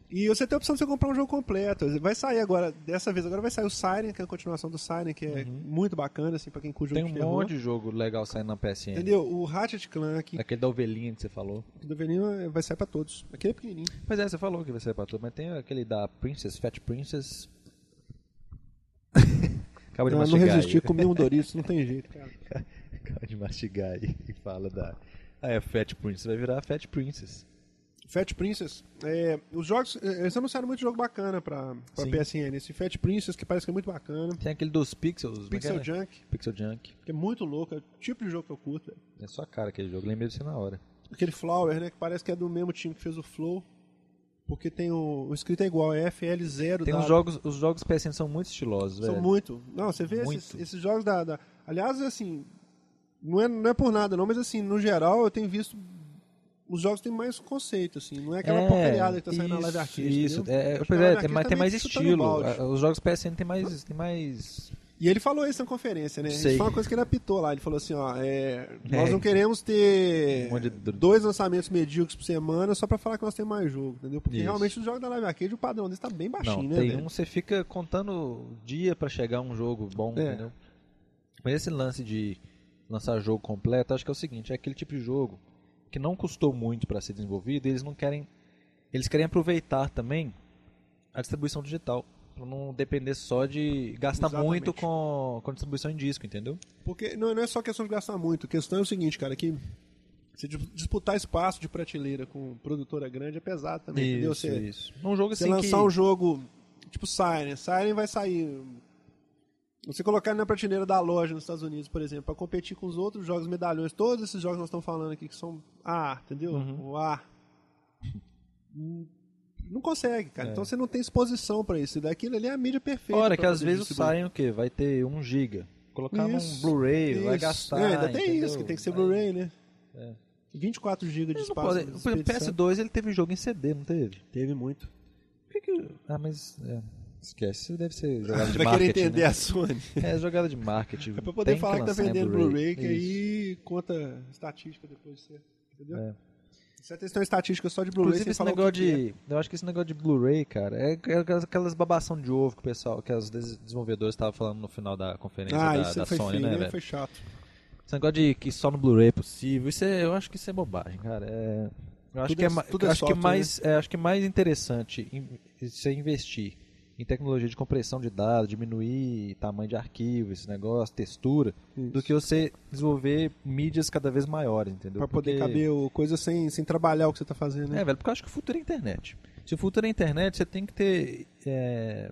[SPEAKER 1] E você tem a opção de você comprar um jogo completo. Vai sair agora, dessa vez agora vai sair o Siren, que é a continuação do Siren, que é muito bacana, assim, pra quem curte
[SPEAKER 2] Uhum. Tem
[SPEAKER 1] jogo
[SPEAKER 2] um
[SPEAKER 1] de terror. é
[SPEAKER 2] monte de jogo legal saindo na PSN.
[SPEAKER 1] Entendeu? O Ratchet Clank,
[SPEAKER 2] Aquele da ovelhinha que você falou.
[SPEAKER 1] do Veneno, vai sair pra todos. Aquele é pequenininho.
[SPEAKER 2] Pois é, você falou que vai ser pra tudo, mas tem aquele da Princess, Fat Princess. Acaba de
[SPEAKER 1] Não, não
[SPEAKER 2] mastigar
[SPEAKER 1] resisti,
[SPEAKER 2] aí.
[SPEAKER 1] comi um Doritos, não tem jeito, cara.
[SPEAKER 2] Acaba de mastigar aí e fala da. Ah, é Fat Princess, vai virar Fat Princess.
[SPEAKER 1] Fat Princess. é, os jogos. eh, Eles anunciaram muito jogo bacana pra, pra
[SPEAKER 2] Sim.
[SPEAKER 1] PSN. Esse Fat Princess, que parece que é muito bacana.
[SPEAKER 2] Tem aquele dos Pixels. como é que
[SPEAKER 1] Pixel
[SPEAKER 2] é?
[SPEAKER 1] Junk,
[SPEAKER 2] Pixel Junk.
[SPEAKER 1] que é muito louco, é o tipo de jogo que eu curto. velho.
[SPEAKER 2] É sua cara aquele jogo, lembrei de você na hora.
[SPEAKER 1] Aquele Flower, né? Que parece que é do mesmo time que fez o Flow. Porque tem o. O escrito é igual, é FL0
[SPEAKER 2] Tem
[SPEAKER 1] da-
[SPEAKER 2] uns jogos, os jogos PSN são muito estilosos,
[SPEAKER 1] São
[SPEAKER 2] velho.
[SPEAKER 1] muito. Não, você vê
[SPEAKER 2] Muito.
[SPEAKER 1] Esses, esses jogos da, da- Aliás, assim. Não é, não é por nada, não, mas assim, no geral, eu tenho visto. Os jogos têm mais conceito, assim. Não é aquela
[SPEAKER 2] É,
[SPEAKER 1] porcariada que tá saindo na live arcade.
[SPEAKER 2] Isso,
[SPEAKER 1] entendeu?
[SPEAKER 2] é, é,
[SPEAKER 1] Acho que
[SPEAKER 2] pois
[SPEAKER 1] a
[SPEAKER 2] é,
[SPEAKER 1] live
[SPEAKER 2] tem,
[SPEAKER 1] arcade
[SPEAKER 2] mais,
[SPEAKER 1] tá
[SPEAKER 2] tem
[SPEAKER 1] meio
[SPEAKER 2] mais
[SPEAKER 1] que chutando
[SPEAKER 2] estilo.
[SPEAKER 1] balde.
[SPEAKER 2] Ah, Os jogos PSN tem mais. Tem mais...
[SPEAKER 1] E ele falou isso na conferência, né?
[SPEAKER 2] Sei.
[SPEAKER 1] Isso foi uma coisa que ele apitou lá. Ele falou assim, ó, é, nós
[SPEAKER 2] É.
[SPEAKER 1] não queremos ter
[SPEAKER 2] Um monte de-
[SPEAKER 1] dois lançamentos medíocres por semana só pra falar que nós temos mais jogo, entendeu? Porque
[SPEAKER 2] Isso.
[SPEAKER 1] realmente os jogos da Live Arcade, o padrão desse tá bem baixinho,
[SPEAKER 2] Não,
[SPEAKER 1] né?
[SPEAKER 2] tem
[SPEAKER 1] velho?
[SPEAKER 2] um, você fica contando dia pra chegar um jogo bom,
[SPEAKER 1] É.
[SPEAKER 2] entendeu? Mas esse lance de lançar jogo completo, acho que é o seguinte, é aquele tipo de jogo que não custou muito pra ser desenvolvido, e eles não querem eles querem aproveitar também a distribuição digital, pra não depender só de gastar
[SPEAKER 1] Exatamente.
[SPEAKER 2] muito com, com distribuição em disco, entendeu?
[SPEAKER 1] Porque não, não é só questão de gastar muito. A questão é o seguinte, cara, que você dis- disputar espaço de prateleira com produtora grande é pesado também, entendeu? Você,
[SPEAKER 2] isso. Num jogo
[SPEAKER 1] você
[SPEAKER 2] assim
[SPEAKER 1] lançar
[SPEAKER 2] que
[SPEAKER 1] um jogo tipo Siren, Siren vai sair... Você colocar ele na prateleira da loja nos Estados Unidos, por exemplo, pra competir com os outros jogos medalhões, todos esses jogos que nós estamos falando aqui que são A, entendeu?
[SPEAKER 2] Uhum.
[SPEAKER 1] O A. Hum, Não consegue, cara. Então você não tem exposição pra isso. E Daquilo ali é a mídia perfeita. pra
[SPEAKER 2] Ora, É. que às
[SPEAKER 1] poder
[SPEAKER 2] vezes
[SPEAKER 1] distribuir.
[SPEAKER 2] saem o quê? Vai ter 1 giga. Colocar num
[SPEAKER 1] Isso,
[SPEAKER 2] Blu-ray, vai
[SPEAKER 1] Isso.
[SPEAKER 2] gastar.
[SPEAKER 1] É, ainda tem
[SPEAKER 2] entendeu?
[SPEAKER 1] isso, que tem que ser
[SPEAKER 2] Vai-
[SPEAKER 1] Blu-ray, né? 24 GB de
[SPEAKER 2] Eles não
[SPEAKER 1] espaço.
[SPEAKER 2] podem-
[SPEAKER 1] de
[SPEAKER 2] Por exemplo,
[SPEAKER 1] expedição.
[SPEAKER 2] PS2 ele teve um jogo em CD, não teve?
[SPEAKER 1] Teve muito.
[SPEAKER 2] Por que que- Ah, mas. é, Esquece, isso deve ser jogada
[SPEAKER 1] pra
[SPEAKER 2] de
[SPEAKER 1] querer
[SPEAKER 2] marketing.
[SPEAKER 1] entender
[SPEAKER 2] né?
[SPEAKER 1] a Sony.
[SPEAKER 2] É jogada de marketing.
[SPEAKER 1] É pra poder
[SPEAKER 2] tem
[SPEAKER 1] falar que, tá
[SPEAKER 2] lançar em
[SPEAKER 1] vendendo Blu-ray, que
[SPEAKER 2] Isso.
[SPEAKER 1] aí conta estatística depois você. Entendeu?
[SPEAKER 2] É.
[SPEAKER 1] Você tem questão estatística só de Blu-ray
[SPEAKER 2] Inclusive
[SPEAKER 1] sem
[SPEAKER 2] esse
[SPEAKER 1] falar o
[SPEAKER 2] negócio
[SPEAKER 1] que que é.
[SPEAKER 2] de. Eu acho que esse negócio de Blu-ray, cara, é aquelas, aquelas babação de ovo que o pessoal, que as des- desenvolvedoras estavam falando no final da conferência
[SPEAKER 1] Ah,
[SPEAKER 2] da,
[SPEAKER 1] isso
[SPEAKER 2] da
[SPEAKER 1] foi
[SPEAKER 2] Sony,
[SPEAKER 1] feio,
[SPEAKER 2] né,
[SPEAKER 1] né?
[SPEAKER 2] velho?
[SPEAKER 1] Foi chato.
[SPEAKER 2] Esse negócio de que só no Blu-ray é possível, isso é- eu acho que isso é bobagem, cara. É, eu acho
[SPEAKER 1] Tudo
[SPEAKER 2] que é,
[SPEAKER 1] é-
[SPEAKER 2] ma-
[SPEAKER 1] tudo é
[SPEAKER 2] acho que é
[SPEAKER 1] software,
[SPEAKER 2] mais, é, acho que é mais interessante em- você investir em tecnologia de compressão de dados, diminuir tamanho de arquivo, esse negócio, textura, do que você desenvolver mídias cada vez maiores, entendeu?
[SPEAKER 1] Pra poder
[SPEAKER 2] Porque-
[SPEAKER 1] caber o- coisa sem, sem trabalhar o que você tá fazendo, né?
[SPEAKER 2] É, velho, porque eu acho que o futuro é a internet. Se o futuro é a internet, você tem que ter é,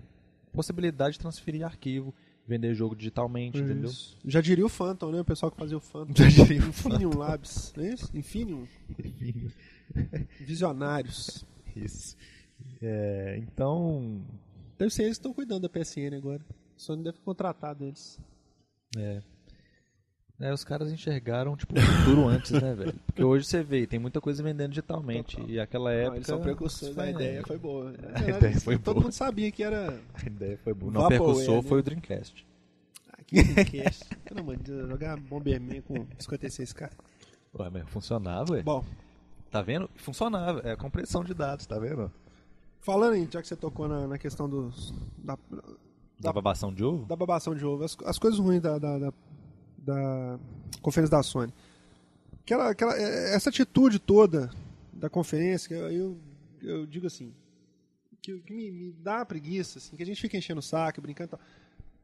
[SPEAKER 2] possibilidade de transferir arquivo, vender jogo digitalmente, entendeu?
[SPEAKER 1] Isso. Já diria o Phantom, né? O pessoal que fazia o Phantom.
[SPEAKER 2] Já diria o
[SPEAKER 1] Infinium Labs, não é isso? Infinium. Visionários.
[SPEAKER 2] Isso. É, então,
[SPEAKER 1] Deve ser assim, eles que estão cuidando da PSN agora. A Sony deve contratar deles.
[SPEAKER 2] É. É, os caras enxergaram tipo, o futuro antes, né, velho? Porque hoje você vê, tem muita coisa vendendo digitalmente. E aquela É época.
[SPEAKER 1] eles são precursores. A
[SPEAKER 2] foi-
[SPEAKER 1] ideia foi boa. Na
[SPEAKER 2] A
[SPEAKER 1] verdade,
[SPEAKER 2] ideia foi
[SPEAKER 1] todo
[SPEAKER 2] boa.
[SPEAKER 1] mundo sabia que era.
[SPEAKER 2] A ideia foi boa. Não
[SPEAKER 1] Vaporware,
[SPEAKER 2] percussou
[SPEAKER 1] né?
[SPEAKER 2] foi o Dreamcast.
[SPEAKER 1] Ah, que podcast. Pelo amor de Deus, jogar Bomberman com 56k.
[SPEAKER 2] Ué, mas funcionava, ué.
[SPEAKER 1] Bom,
[SPEAKER 2] Tá vendo? Funcionava. É a compressão de dados, tá vendo?
[SPEAKER 1] falando em, já que você tocou na, na questão dos, da,
[SPEAKER 2] Da babação um de ovo?
[SPEAKER 1] da babação de ovo, as, as coisas ruins da, da, da, da conferência da Sony. Aquela, aquela, é- essa atitude toda da conferência, que eu, eu, eu digo assim, que, que me, me dá preguiça, assim, que a gente fica enchendo o saco, brincando e tal.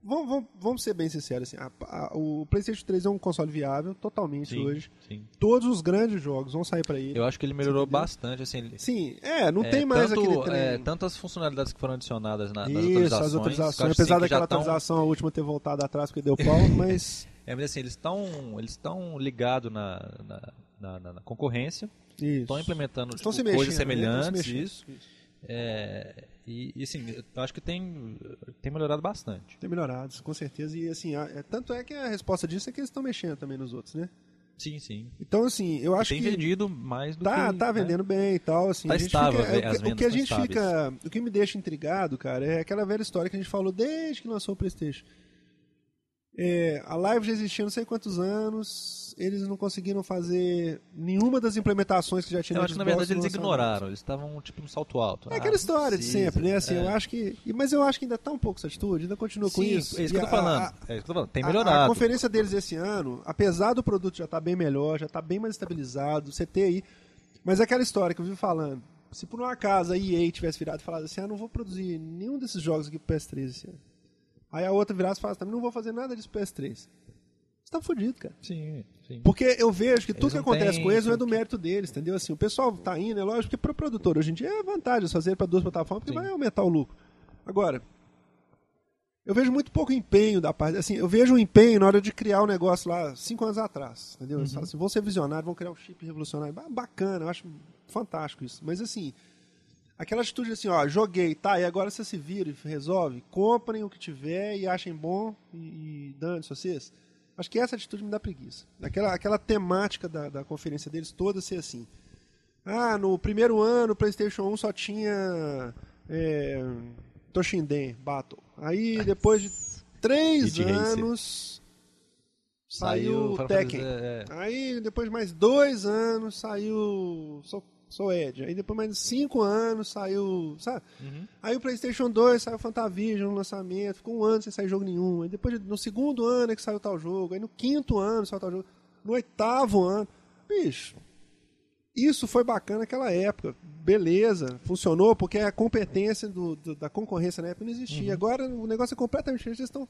[SPEAKER 1] Vamos, vamos, vamos ser bem sinceros, assim, a- a- o PlayStation 3 é um console viável totalmente
[SPEAKER 2] Sim,
[SPEAKER 1] hoje.
[SPEAKER 2] sim.
[SPEAKER 1] Todos os grandes jogos vão sair para ele.
[SPEAKER 2] Eu acho que ele melhorou bastante, assim. ele-
[SPEAKER 1] Sim, é, não
[SPEAKER 2] é,
[SPEAKER 1] tem mais
[SPEAKER 2] tanto,
[SPEAKER 1] aquele trem.
[SPEAKER 2] é, tanto as funcionalidades que foram adicionadas na, nas
[SPEAKER 1] Isso, as
[SPEAKER 2] atualizações. que eu
[SPEAKER 1] atualizações.
[SPEAKER 2] acho, sim,
[SPEAKER 1] Apesar
[SPEAKER 2] que já
[SPEAKER 1] daquela
[SPEAKER 2] tão-
[SPEAKER 1] atualização, a última ter voltado atrás porque deu pau, mas.
[SPEAKER 2] É, mas assim, eles estão eles tão ligados na- na- na- na- na concorrência.
[SPEAKER 1] Isso.
[SPEAKER 2] estão implementando
[SPEAKER 1] Estão
[SPEAKER 2] tipo,
[SPEAKER 1] se mexendo,
[SPEAKER 2] coisas
[SPEAKER 1] né? Estão se
[SPEAKER 2] semelhantes
[SPEAKER 1] mexendo.
[SPEAKER 2] isso É, e, e, assim eu acho que tem tem melhorado bastante
[SPEAKER 1] Tem melhorado, com certeza. E assim, a- é- tanto é que a resposta disso é que eles estão mexendo também nos outros, né?
[SPEAKER 2] sim sim
[SPEAKER 1] Então, assim, eu acho
[SPEAKER 2] tem
[SPEAKER 1] que.
[SPEAKER 2] vendido mais do
[SPEAKER 1] Tá,
[SPEAKER 2] que
[SPEAKER 1] tá
[SPEAKER 2] né?
[SPEAKER 1] vendendo bem e tal, assim.
[SPEAKER 2] Tá
[SPEAKER 1] a gente
[SPEAKER 2] estável,
[SPEAKER 1] fica, é,
[SPEAKER 2] as
[SPEAKER 1] o que, o
[SPEAKER 2] vendas
[SPEAKER 1] que a
[SPEAKER 2] estão
[SPEAKER 1] gente fica. O que me deixa intrigado, cara, é aquela velha história que a gente falou desde que lançou o Playstation. É, a live já existia há não sei quantos anos, eles não conseguiram fazer nenhuma das implementações que já tinham
[SPEAKER 2] eu
[SPEAKER 1] no
[SPEAKER 2] acho que na
[SPEAKER 1] Xbox no
[SPEAKER 2] verdade eles
[SPEAKER 1] lançamento.
[SPEAKER 2] ignoraram eles estavam tipo no salto alto
[SPEAKER 1] É
[SPEAKER 2] Ah,
[SPEAKER 1] aquela história de
[SPEAKER 2] precisa,
[SPEAKER 1] sempre, né? Assim,
[SPEAKER 2] é.
[SPEAKER 1] eu acho que. e- Mas eu acho que ainda tá um pouco essa atitude, ainda continua com
[SPEAKER 2] Sim,
[SPEAKER 1] isso.
[SPEAKER 2] é isso que
[SPEAKER 1] E
[SPEAKER 2] eu tô
[SPEAKER 1] a-
[SPEAKER 2] falando
[SPEAKER 1] a-
[SPEAKER 2] é isso que eu tô falando tem
[SPEAKER 1] a- A,
[SPEAKER 2] melhorado
[SPEAKER 1] conferência deles esse ano, apesar do produto já estar bem melhor, já tá bem mais estabilizado, você ter aí. Mas é aquela história que eu vivo falando. Se por um acaso a EA tivesse virado e falado assim, ah, não vou produzir nenhum desses jogos aqui pro PS3 esse ano. Aí a outra virasse e falasse também, não vou fazer nada disso pro PS3. Você você tá fudido, cara.
[SPEAKER 2] Sim, sim.
[SPEAKER 1] Porque eu vejo que tudo
[SPEAKER 2] Eles
[SPEAKER 1] que
[SPEAKER 2] não
[SPEAKER 1] acontece
[SPEAKER 2] têm
[SPEAKER 1] com eles não é do
[SPEAKER 2] que-
[SPEAKER 1] mérito deles, entendeu? Assim, o pessoal tá indo, é lógico que pro produtor hoje em dia é vantagem fazer para duas plataformas, porque
[SPEAKER 2] Sim.
[SPEAKER 1] vai aumentar o lucro. Agora, eu vejo muito pouco empenho da parte, assim, eu vejo um empenho na hora de criar um negócio lá cinco anos atrás, entendeu? Eles
[SPEAKER 2] Uhum.
[SPEAKER 1] falam assim, vão ser visionários, vão criar um chip revolucionário. Ba- Bacana, eu acho fantástico isso. Mas assim, aquela atitude assim, ó, joguei, tá, e agora você se vira e resolve, comprem o que tiver e achem bom e, e dane-se vocês. Acho que essa atitude me dá preguiça. Aquela, aquela temática da, da conferência deles toda ser assim. Ah, no primeiro ano o PlayStation 1 só tinha é, Toshinden Battle. Aí depois de três
[SPEAKER 2] Beat Racer.
[SPEAKER 1] anos saiu
[SPEAKER 2] Final
[SPEAKER 1] Tekken.
[SPEAKER 2] Fantasy, é, é.
[SPEAKER 1] Aí depois de mais dois anos saiu Sou, Sou Ed. Aí depois mais cinco anos saiu. Sabe?
[SPEAKER 2] Uhum.
[SPEAKER 1] Aí o PlayStation 2 saiu Fantavision no lançamento, ficou um ano sem sair jogo nenhum. Aí depois de- no segundo ano é que saiu tal jogo. Aí no quinto ano saiu tal jogo. No oitavo ano. Bicho, isso foi bacana naquela época. Beleza, funcionou porque a competência do- do- da concorrência na época não existia. Agora o negócio é completamente diferente. Eles estão.
[SPEAKER 2] Uhum.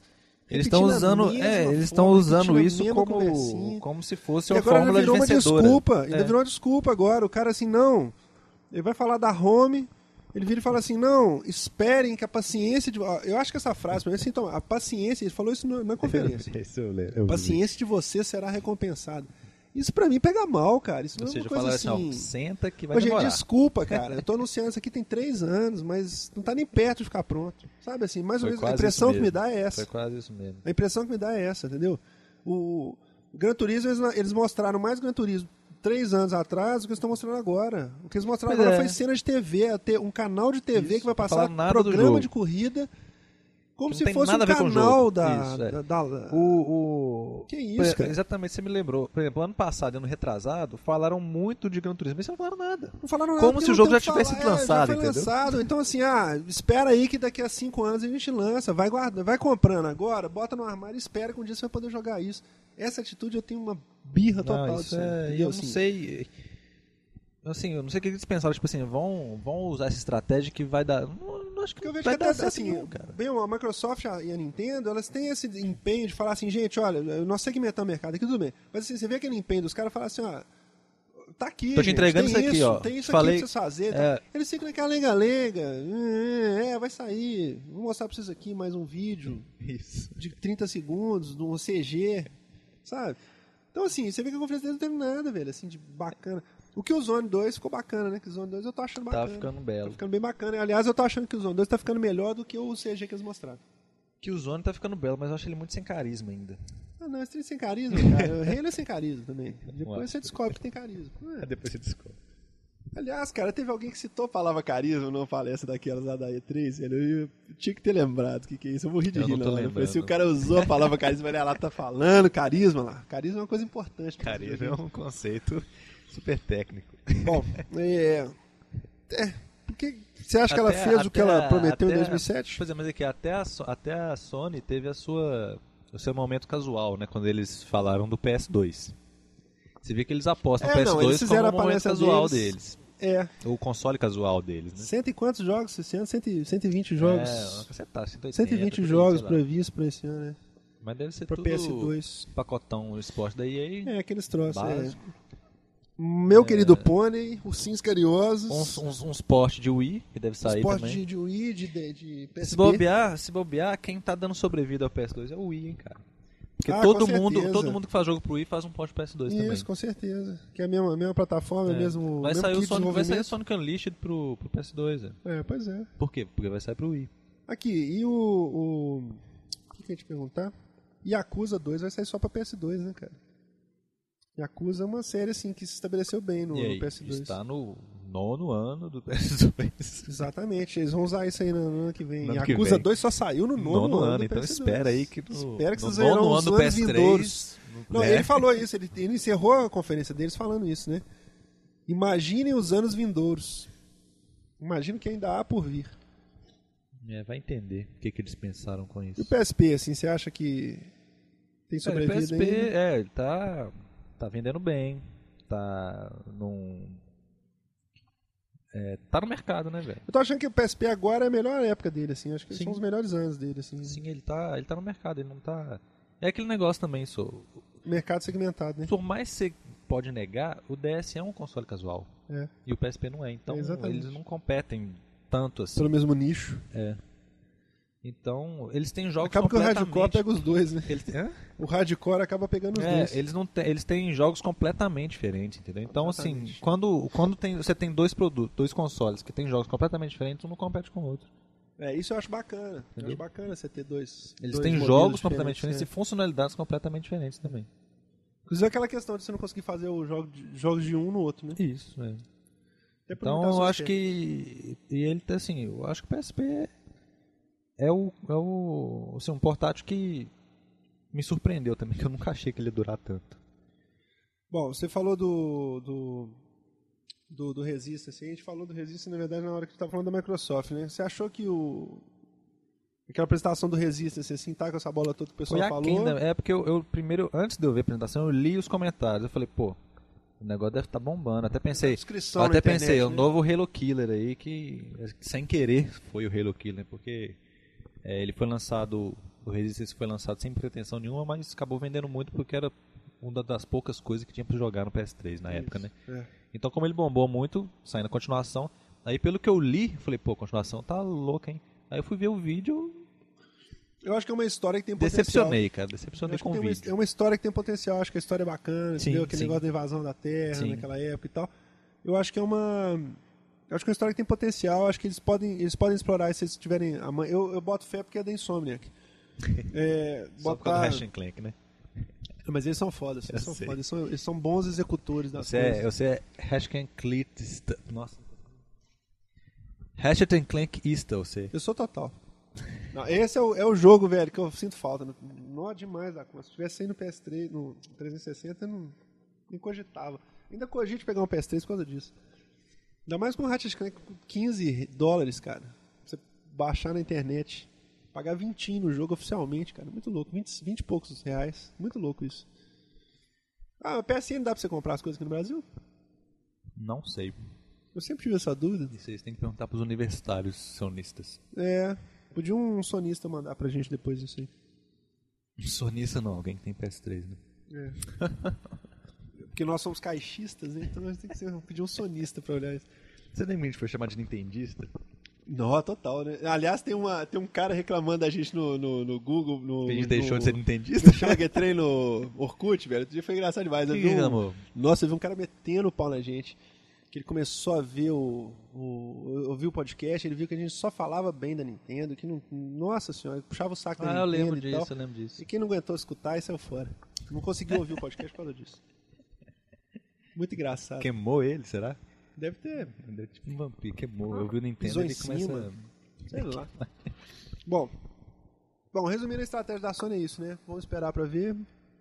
[SPEAKER 2] Eles estão
[SPEAKER 1] repetindo a
[SPEAKER 2] usando,
[SPEAKER 1] mesma
[SPEAKER 2] é, eles estão
[SPEAKER 1] forma,
[SPEAKER 2] usando
[SPEAKER 1] repetindo a
[SPEAKER 2] isso
[SPEAKER 1] mesma
[SPEAKER 2] como,
[SPEAKER 1] conversinha.
[SPEAKER 2] como se fosse
[SPEAKER 1] E
[SPEAKER 2] uma
[SPEAKER 1] agora
[SPEAKER 2] fórmula
[SPEAKER 1] virou uma
[SPEAKER 2] vencedora.
[SPEAKER 1] desculpa.
[SPEAKER 2] É.
[SPEAKER 1] Ainda virou uma desculpa agora. O cara assim, não. Ele vai falar da home. Ele vira e fala assim: não, esperem que a paciência de. ó, Eu acho que essa frase, pra mim, é sintoma. A paciência, ele falou isso na, na conferência.
[SPEAKER 3] Esse eu lembro. Eu
[SPEAKER 1] A paciência de você será recompensada. Isso pra mim pega mal, cara. Isso não
[SPEAKER 2] Ou
[SPEAKER 1] é uma
[SPEAKER 2] seja,
[SPEAKER 1] coisa
[SPEAKER 2] falaram
[SPEAKER 1] assim.
[SPEAKER 2] assim, ó, senta que vai
[SPEAKER 1] Mas, gente,
[SPEAKER 2] demorar.
[SPEAKER 1] desculpa, cara. Eu tô anunciando isso aqui tem três anos, mas não tá nem perto de ficar pronto. Sabe assim, mais ou
[SPEAKER 2] Foi
[SPEAKER 1] menos a
[SPEAKER 2] quase
[SPEAKER 1] impressão
[SPEAKER 2] isso
[SPEAKER 1] que me
[SPEAKER 2] mesmo.
[SPEAKER 1] dá é essa.
[SPEAKER 2] Foi quase isso mesmo.
[SPEAKER 1] A impressão que me dá é essa, entendeu? O o Gran Turismo, eles, eles mostraram mais Gran Turismo três anos atrás do que eles estão mostrando agora. O que eles mostraram
[SPEAKER 2] Pois
[SPEAKER 1] agora
[SPEAKER 2] é.
[SPEAKER 1] foi cena de TV, a ter um canal de TV
[SPEAKER 2] Isso,
[SPEAKER 1] que vai
[SPEAKER 2] não
[SPEAKER 1] passar
[SPEAKER 2] falaram nada do
[SPEAKER 1] programa
[SPEAKER 2] jogo.
[SPEAKER 1] de corrida como
[SPEAKER 2] Que não
[SPEAKER 1] se
[SPEAKER 2] tem
[SPEAKER 1] fosse um
[SPEAKER 2] nada a ver com o
[SPEAKER 1] canal
[SPEAKER 2] jogo.
[SPEAKER 1] da,
[SPEAKER 2] Isso, é.
[SPEAKER 1] da, da-
[SPEAKER 2] O, o...
[SPEAKER 1] Que
[SPEAKER 2] Por
[SPEAKER 1] isso,
[SPEAKER 2] exemplo,
[SPEAKER 1] cara?
[SPEAKER 2] Exatamente, você me lembrou. Por exemplo, ano passado, ano retrasado, falaram muito de Gran Turismo, mas não falaram nada.
[SPEAKER 1] Não falaram nada
[SPEAKER 2] Como
[SPEAKER 1] porque
[SPEAKER 2] se o
[SPEAKER 1] não
[SPEAKER 2] jogo
[SPEAKER 1] tem
[SPEAKER 2] já
[SPEAKER 1] o que
[SPEAKER 2] tivesse
[SPEAKER 1] falar. É,
[SPEAKER 2] lançado,
[SPEAKER 1] já foi
[SPEAKER 2] entendeu?
[SPEAKER 1] lançado. Então, assim, ah, espera aí que daqui a cinco anos a gente lança. Vai guardando, vai comprando agora, bota no armário e espera que um dia você vai poder jogar isso. Essa atitude eu tenho uma birra total
[SPEAKER 2] Não,
[SPEAKER 1] disso
[SPEAKER 2] isso
[SPEAKER 1] aí,
[SPEAKER 2] é,
[SPEAKER 1] entendeu?
[SPEAKER 2] eu
[SPEAKER 1] Assim,
[SPEAKER 2] não sei. Assim, eu não sei o que eles pensaram, tipo assim, vão, vão usar essa estratégia que vai dar. Não, não acho que,
[SPEAKER 1] Porque eu vejo
[SPEAKER 2] vai
[SPEAKER 1] que
[SPEAKER 2] dar
[SPEAKER 1] até
[SPEAKER 2] certo
[SPEAKER 1] assim,
[SPEAKER 2] nenhum, cara.
[SPEAKER 1] bem, a Microsoft e a Nintendo, elas têm esse empenho de falar assim, gente, olha, nós segmentamos o mercado aqui, tudo bem. Mas assim, você vê aquele empenho dos caras falar assim, ó, tá aqui,
[SPEAKER 2] Tô te
[SPEAKER 1] gente,
[SPEAKER 2] entregando
[SPEAKER 1] tem
[SPEAKER 2] isso aqui, ó.
[SPEAKER 1] tem isso
[SPEAKER 2] Falei-
[SPEAKER 1] aqui pra vocês fazerem.
[SPEAKER 2] É.
[SPEAKER 1] tá? Eles ficam naquela lenga-lenga, hum, é, vai sair, vou mostrar pra vocês aqui mais um vídeo
[SPEAKER 2] Isso.
[SPEAKER 1] de 30 segundos, de um CG, sabe? Então, assim, você vê que a conferência deles não teve nada, velho, assim, de bacana. O que o Zone 2 ficou bacana, né? Que o Zone 2 eu tô achando bacana.
[SPEAKER 2] Tá ficando
[SPEAKER 1] Tá
[SPEAKER 2] belo.
[SPEAKER 1] ficando bem bacana. Aliás, eu tô achando que o Zone 2 tá ficando melhor do que o CG que eles mostraram.
[SPEAKER 2] Que o Zone tá ficando belo, mas eu acho ele muito sem carisma ainda.
[SPEAKER 1] Ah, não, esse trem sem carisma, cara. O Halo é sem carisma também. Depois
[SPEAKER 2] Ué.
[SPEAKER 1] você descobre que tem carisma. É.
[SPEAKER 3] Depois você descobre.
[SPEAKER 1] Aliás, cara, teve alguém que citou a palavra carisma numa palestra daquelas lá da E3, velho. Eu tinha que ter lembrado o que, que é isso. Eu morri de
[SPEAKER 2] Eu
[SPEAKER 1] rir
[SPEAKER 2] não
[SPEAKER 1] na
[SPEAKER 2] tô
[SPEAKER 1] hora. Eu falei, Se
[SPEAKER 2] lembrando.
[SPEAKER 1] o cara usou a palavra carisma, ele lá tá falando carisma lá. Carisma é uma coisa importante. pra
[SPEAKER 3] Carisma
[SPEAKER 1] você,
[SPEAKER 3] é
[SPEAKER 1] né?
[SPEAKER 3] um conceito super técnico.
[SPEAKER 1] Bom, é... é, Por que você acha que ela
[SPEAKER 2] Até-
[SPEAKER 1] fez o que
[SPEAKER 2] até-
[SPEAKER 1] ela prometeu em
[SPEAKER 2] até-
[SPEAKER 1] 2007?
[SPEAKER 2] Pois é, mas é que até a, So- até a Sony teve a sua, o seu momento casual, né? Quando eles falaram do PS2. Você vê que eles apostam
[SPEAKER 1] É,
[SPEAKER 2] no
[SPEAKER 1] não,
[SPEAKER 2] PS2
[SPEAKER 1] eles fizeram
[SPEAKER 2] como
[SPEAKER 1] a
[SPEAKER 2] o momento
[SPEAKER 1] palestra
[SPEAKER 2] casual
[SPEAKER 1] deles.
[SPEAKER 2] deles.
[SPEAKER 1] É,
[SPEAKER 2] Ou o console casual deles, né?
[SPEAKER 1] cento e quantos jogos esse ano? Cento e- 120 jogos.
[SPEAKER 2] É, você tá, 180,
[SPEAKER 1] 120
[SPEAKER 2] por aí,
[SPEAKER 1] jogos
[SPEAKER 2] sei lá.
[SPEAKER 1] previstos pra esse ano, né?
[SPEAKER 2] Mas deve ser
[SPEAKER 1] Pra
[SPEAKER 2] tudo
[SPEAKER 1] PS2.
[SPEAKER 2] pacotão um esporte da EA.
[SPEAKER 1] É, aqueles troços. É.
[SPEAKER 2] Básico. É.
[SPEAKER 1] Meu querido pônei, ursinhos carinhosos,
[SPEAKER 2] Uns, uns, uns portes de Wii, que deve sair
[SPEAKER 1] esporte
[SPEAKER 2] também.
[SPEAKER 1] de, de Wii, de, de, de
[SPEAKER 2] Se
[SPEAKER 1] PSP.
[SPEAKER 2] bobear, se bobear, quem tá dando sobrevida ao PS2 é o Wii, hein, cara. Porque
[SPEAKER 1] Ah,
[SPEAKER 2] todo,
[SPEAKER 1] com
[SPEAKER 2] mundo,
[SPEAKER 1] certeza.
[SPEAKER 2] todo mundo que faz jogo pro Wii faz um porte pro PS2 também.
[SPEAKER 1] Isso, com certeza. Que é a mesma, a mesma plataforma, é. mesmo,
[SPEAKER 2] vai,
[SPEAKER 1] mesmo
[SPEAKER 2] sair
[SPEAKER 1] kit
[SPEAKER 2] o
[SPEAKER 1] de
[SPEAKER 2] Sonic, vai sair o
[SPEAKER 1] desenvolvimento.
[SPEAKER 2] Sonic Unleashed pro, pro PS2. né?
[SPEAKER 1] É, pois é.
[SPEAKER 2] Por quê? Porque vai sair pro Wii.
[SPEAKER 1] Aqui, e o... O, o que, que eu ia te perguntar? Yakuza 2 vai sair só pra PS2, né, cara? Yakuza é uma série, assim, que se estabeleceu bem no,
[SPEAKER 2] e aí,
[SPEAKER 1] no PS2.
[SPEAKER 2] está no nono ano do PS2.
[SPEAKER 1] Exatamente, eles vão usar isso aí no ano que vem.
[SPEAKER 2] No ano que
[SPEAKER 1] Yakuza
[SPEAKER 2] vem.
[SPEAKER 1] 2 só saiu no nono,
[SPEAKER 2] nono ano,
[SPEAKER 1] do
[SPEAKER 2] então
[SPEAKER 1] PS2.
[SPEAKER 2] espera aí que no,
[SPEAKER 1] Espera que
[SPEAKER 2] no
[SPEAKER 1] vocês verão
[SPEAKER 2] nono
[SPEAKER 1] os
[SPEAKER 2] ano do
[SPEAKER 1] anos vindouros.
[SPEAKER 2] PS3...
[SPEAKER 1] Não,
[SPEAKER 2] né?
[SPEAKER 1] ele falou isso, ele, ele encerrou a conferência deles falando isso, né? Imaginem os anos vindouros. Imagino que ainda há por vir.
[SPEAKER 2] É, vai entender o que, que eles pensaram com
[SPEAKER 1] E
[SPEAKER 2] isso.
[SPEAKER 1] o PSP, assim, você acha que tem
[SPEAKER 2] É, o
[SPEAKER 1] sobrevida
[SPEAKER 2] PSP,
[SPEAKER 1] ainda?
[SPEAKER 2] é, ele tá, tá vendendo bem. Tá num... É, tá no mercado, né, velho?
[SPEAKER 1] Eu tô achando que o PSP agora é a melhor época dele, assim. Acho que
[SPEAKER 2] Sim.
[SPEAKER 1] são os melhores anos dele, assim.
[SPEAKER 2] Sim, ele tá, ele tá no mercado, ele não tá... É aquele negócio também, sou.
[SPEAKER 1] mercado segmentado, né?
[SPEAKER 2] Por mais que você pode negar, o DS é um console casual.
[SPEAKER 1] É.
[SPEAKER 2] E o PSP não é. Então
[SPEAKER 1] É, exatamente.
[SPEAKER 2] eles não competem tanto assim.
[SPEAKER 1] Pelo mesmo nicho.
[SPEAKER 2] Então, eles têm jogos
[SPEAKER 1] Acaba que o hardcore
[SPEAKER 2] completamente...
[SPEAKER 1] pega os dois, né?
[SPEAKER 2] Eles... Hã?
[SPEAKER 1] O hardcore acaba pegando os dois.
[SPEAKER 2] É, eles, não têm- eles têm jogos completamente diferentes, entendeu? Então, assim,
[SPEAKER 1] Completamente.
[SPEAKER 2] quando, quando tem, você tem dois produtos, dois consoles que tem jogos completamente diferentes, um não compete com o outro.
[SPEAKER 1] É, isso eu acho bacana. Eu acho bacana você ter dois.
[SPEAKER 2] Eles
[SPEAKER 1] dois
[SPEAKER 2] têm
[SPEAKER 1] modelos
[SPEAKER 2] jogos completamente diferentes
[SPEAKER 1] né?
[SPEAKER 2] e funcionalidades completamente diferentes também.
[SPEAKER 1] Inclusive aquela questão de você não conseguir fazer os jogo de, jogos de um no outro, né?
[SPEAKER 2] Isso, é.
[SPEAKER 1] Até pra
[SPEAKER 2] Então
[SPEAKER 1] aumentar
[SPEAKER 2] eu
[SPEAKER 1] suas
[SPEAKER 2] acho que. E ele tá assim, eu acho que o PSP é, é o. é o. Assim, um portátil que me surpreendeu também, que eu nunca achei que ele ia durar tanto.
[SPEAKER 1] Bom, você falou do. do. do, do Resistance, aí, a gente falou do Resistance, na verdade, na hora que você estava falando da Microsoft, né? Você achou que o. Aquela apresentação do Resistance, assim, tá com essa bola toda que o pessoal
[SPEAKER 2] Foi
[SPEAKER 1] falou.
[SPEAKER 2] aquém, né? É porque eu, eu primeiro, antes de eu ver a apresentação, eu li os comentários. Eu falei, pô, o negócio deve estar bombando. Até pensei.
[SPEAKER 1] Descrição
[SPEAKER 2] Eu
[SPEAKER 1] na
[SPEAKER 2] até
[SPEAKER 1] internet,
[SPEAKER 2] pensei, é um
[SPEAKER 1] né?
[SPEAKER 2] novo Halo Killer aí que, sem querer, foi o Halo Killer, porque é, ele foi lançado, o Resistance foi lançado sem pretensão nenhuma, mas acabou vendendo muito porque era uma das poucas coisas que tinha pra jogar no PS3 na época, né?
[SPEAKER 1] É.
[SPEAKER 2] Então, como ele bombou muito, saindo a continuação, aí pelo que eu li, eu falei, pô, a continuação tá louca, hein? Aí eu fui ver o vídeo,
[SPEAKER 1] Eu acho que é uma história que tem potencial.
[SPEAKER 2] decepcionei, cara,
[SPEAKER 1] Eu
[SPEAKER 2] decepcionei
[SPEAKER 1] acho
[SPEAKER 2] com
[SPEAKER 1] que
[SPEAKER 2] o
[SPEAKER 1] tem uma,
[SPEAKER 2] vídeo.
[SPEAKER 1] é uma história que tem potencial, acho que a história é bacana,
[SPEAKER 2] Sim,
[SPEAKER 1] entendeu? Aquele
[SPEAKER 2] sim.
[SPEAKER 1] negócio da invasão da Terra
[SPEAKER 2] Sim.
[SPEAKER 1] naquela época e tal. Eu acho que é uma. Eu acho que é uma história que tem potencial, acho que eles podem, eles podem explorar isso se eles tiverem. a mãe- Eu, eu boto fé porque é da Insomniac. É,
[SPEAKER 2] Só por causa do
[SPEAKER 1] botar...
[SPEAKER 2] Ratchet and Clank, né?
[SPEAKER 1] Mas eles são fodas, eles
[SPEAKER 2] Eu
[SPEAKER 1] são
[SPEAKER 2] sei.
[SPEAKER 1] fodas, eles são, eles são bons executores das
[SPEAKER 2] Você é,
[SPEAKER 1] coisas.
[SPEAKER 2] você é Ratchet and Clankista. Nossa. Ratchet and Clankista, você.
[SPEAKER 1] Eu sou total. Não, esse é o, é o jogo, velho, que eu sinto falta. Não- Não é demais da conta. Se tivesse aí no PS3, no 360, eu não nem cogitava. Ainda cogito pegar um PS3 por causa disso. Ainda mais com o Ratchet Clank com 15 dólares, cara. Você baixar na internet, pagar 20 no jogo oficialmente, cara. Muito louco. 20, 20 e poucos reais. Muito louco isso. Ah, o PSN dá pra você comprar as coisas aqui no Brasil?
[SPEAKER 2] Não sei.
[SPEAKER 1] Eu sempre tive essa dúvida.
[SPEAKER 2] Vocês têm que perguntar pros universitários sonistas.
[SPEAKER 1] É. Podia um sonista mandar pra gente depois isso aí.
[SPEAKER 2] Sonista não, alguém que tem PS3, né?
[SPEAKER 1] Porque nós somos caixistas, né? Então nós temos que ser- pedir um sonista pra olhar isso.
[SPEAKER 2] Você lembra que a gente foi chamado de Nintendista?
[SPEAKER 1] Nó, total, né? Aliás, tem, uma, tem um cara reclamando da gente no, no, no Google. No,
[SPEAKER 2] Que a gente
[SPEAKER 1] no-
[SPEAKER 2] deixou de ser Nintendista?
[SPEAKER 1] no Chama que trem no Orkut, velho. Outro dia foi engraçado demais. Eu
[SPEAKER 2] Que
[SPEAKER 1] vi um-
[SPEAKER 2] reclamou?
[SPEAKER 1] Nossa, eu vi um cara metendo o pau na gente. Que ele começou a ver o. o ouviu o podcast, ele viu que a gente só falava bem da Nintendo, que não. Nossa senhora, puxava o saco
[SPEAKER 2] Ah,
[SPEAKER 1] da
[SPEAKER 2] eu
[SPEAKER 1] Nintendo.
[SPEAKER 2] lembro
[SPEAKER 1] e
[SPEAKER 2] disso,
[SPEAKER 1] tal.
[SPEAKER 2] eu lembro disso.
[SPEAKER 1] E quem não aguentou escutar, e saiu fora. Não conseguiu ouvir o podcast por causa disso. Muito engraçado.
[SPEAKER 2] Queimou ele, será?
[SPEAKER 1] Deve ter.
[SPEAKER 2] É Tipo um vampiro, queimou. Eu vi o Nintendo
[SPEAKER 1] Pisou
[SPEAKER 2] ele
[SPEAKER 1] em
[SPEAKER 2] começa.
[SPEAKER 1] cima. Sei lá. Bom, bom, resumindo a estratégia da Sony é isso, né? Vamos esperar pra ver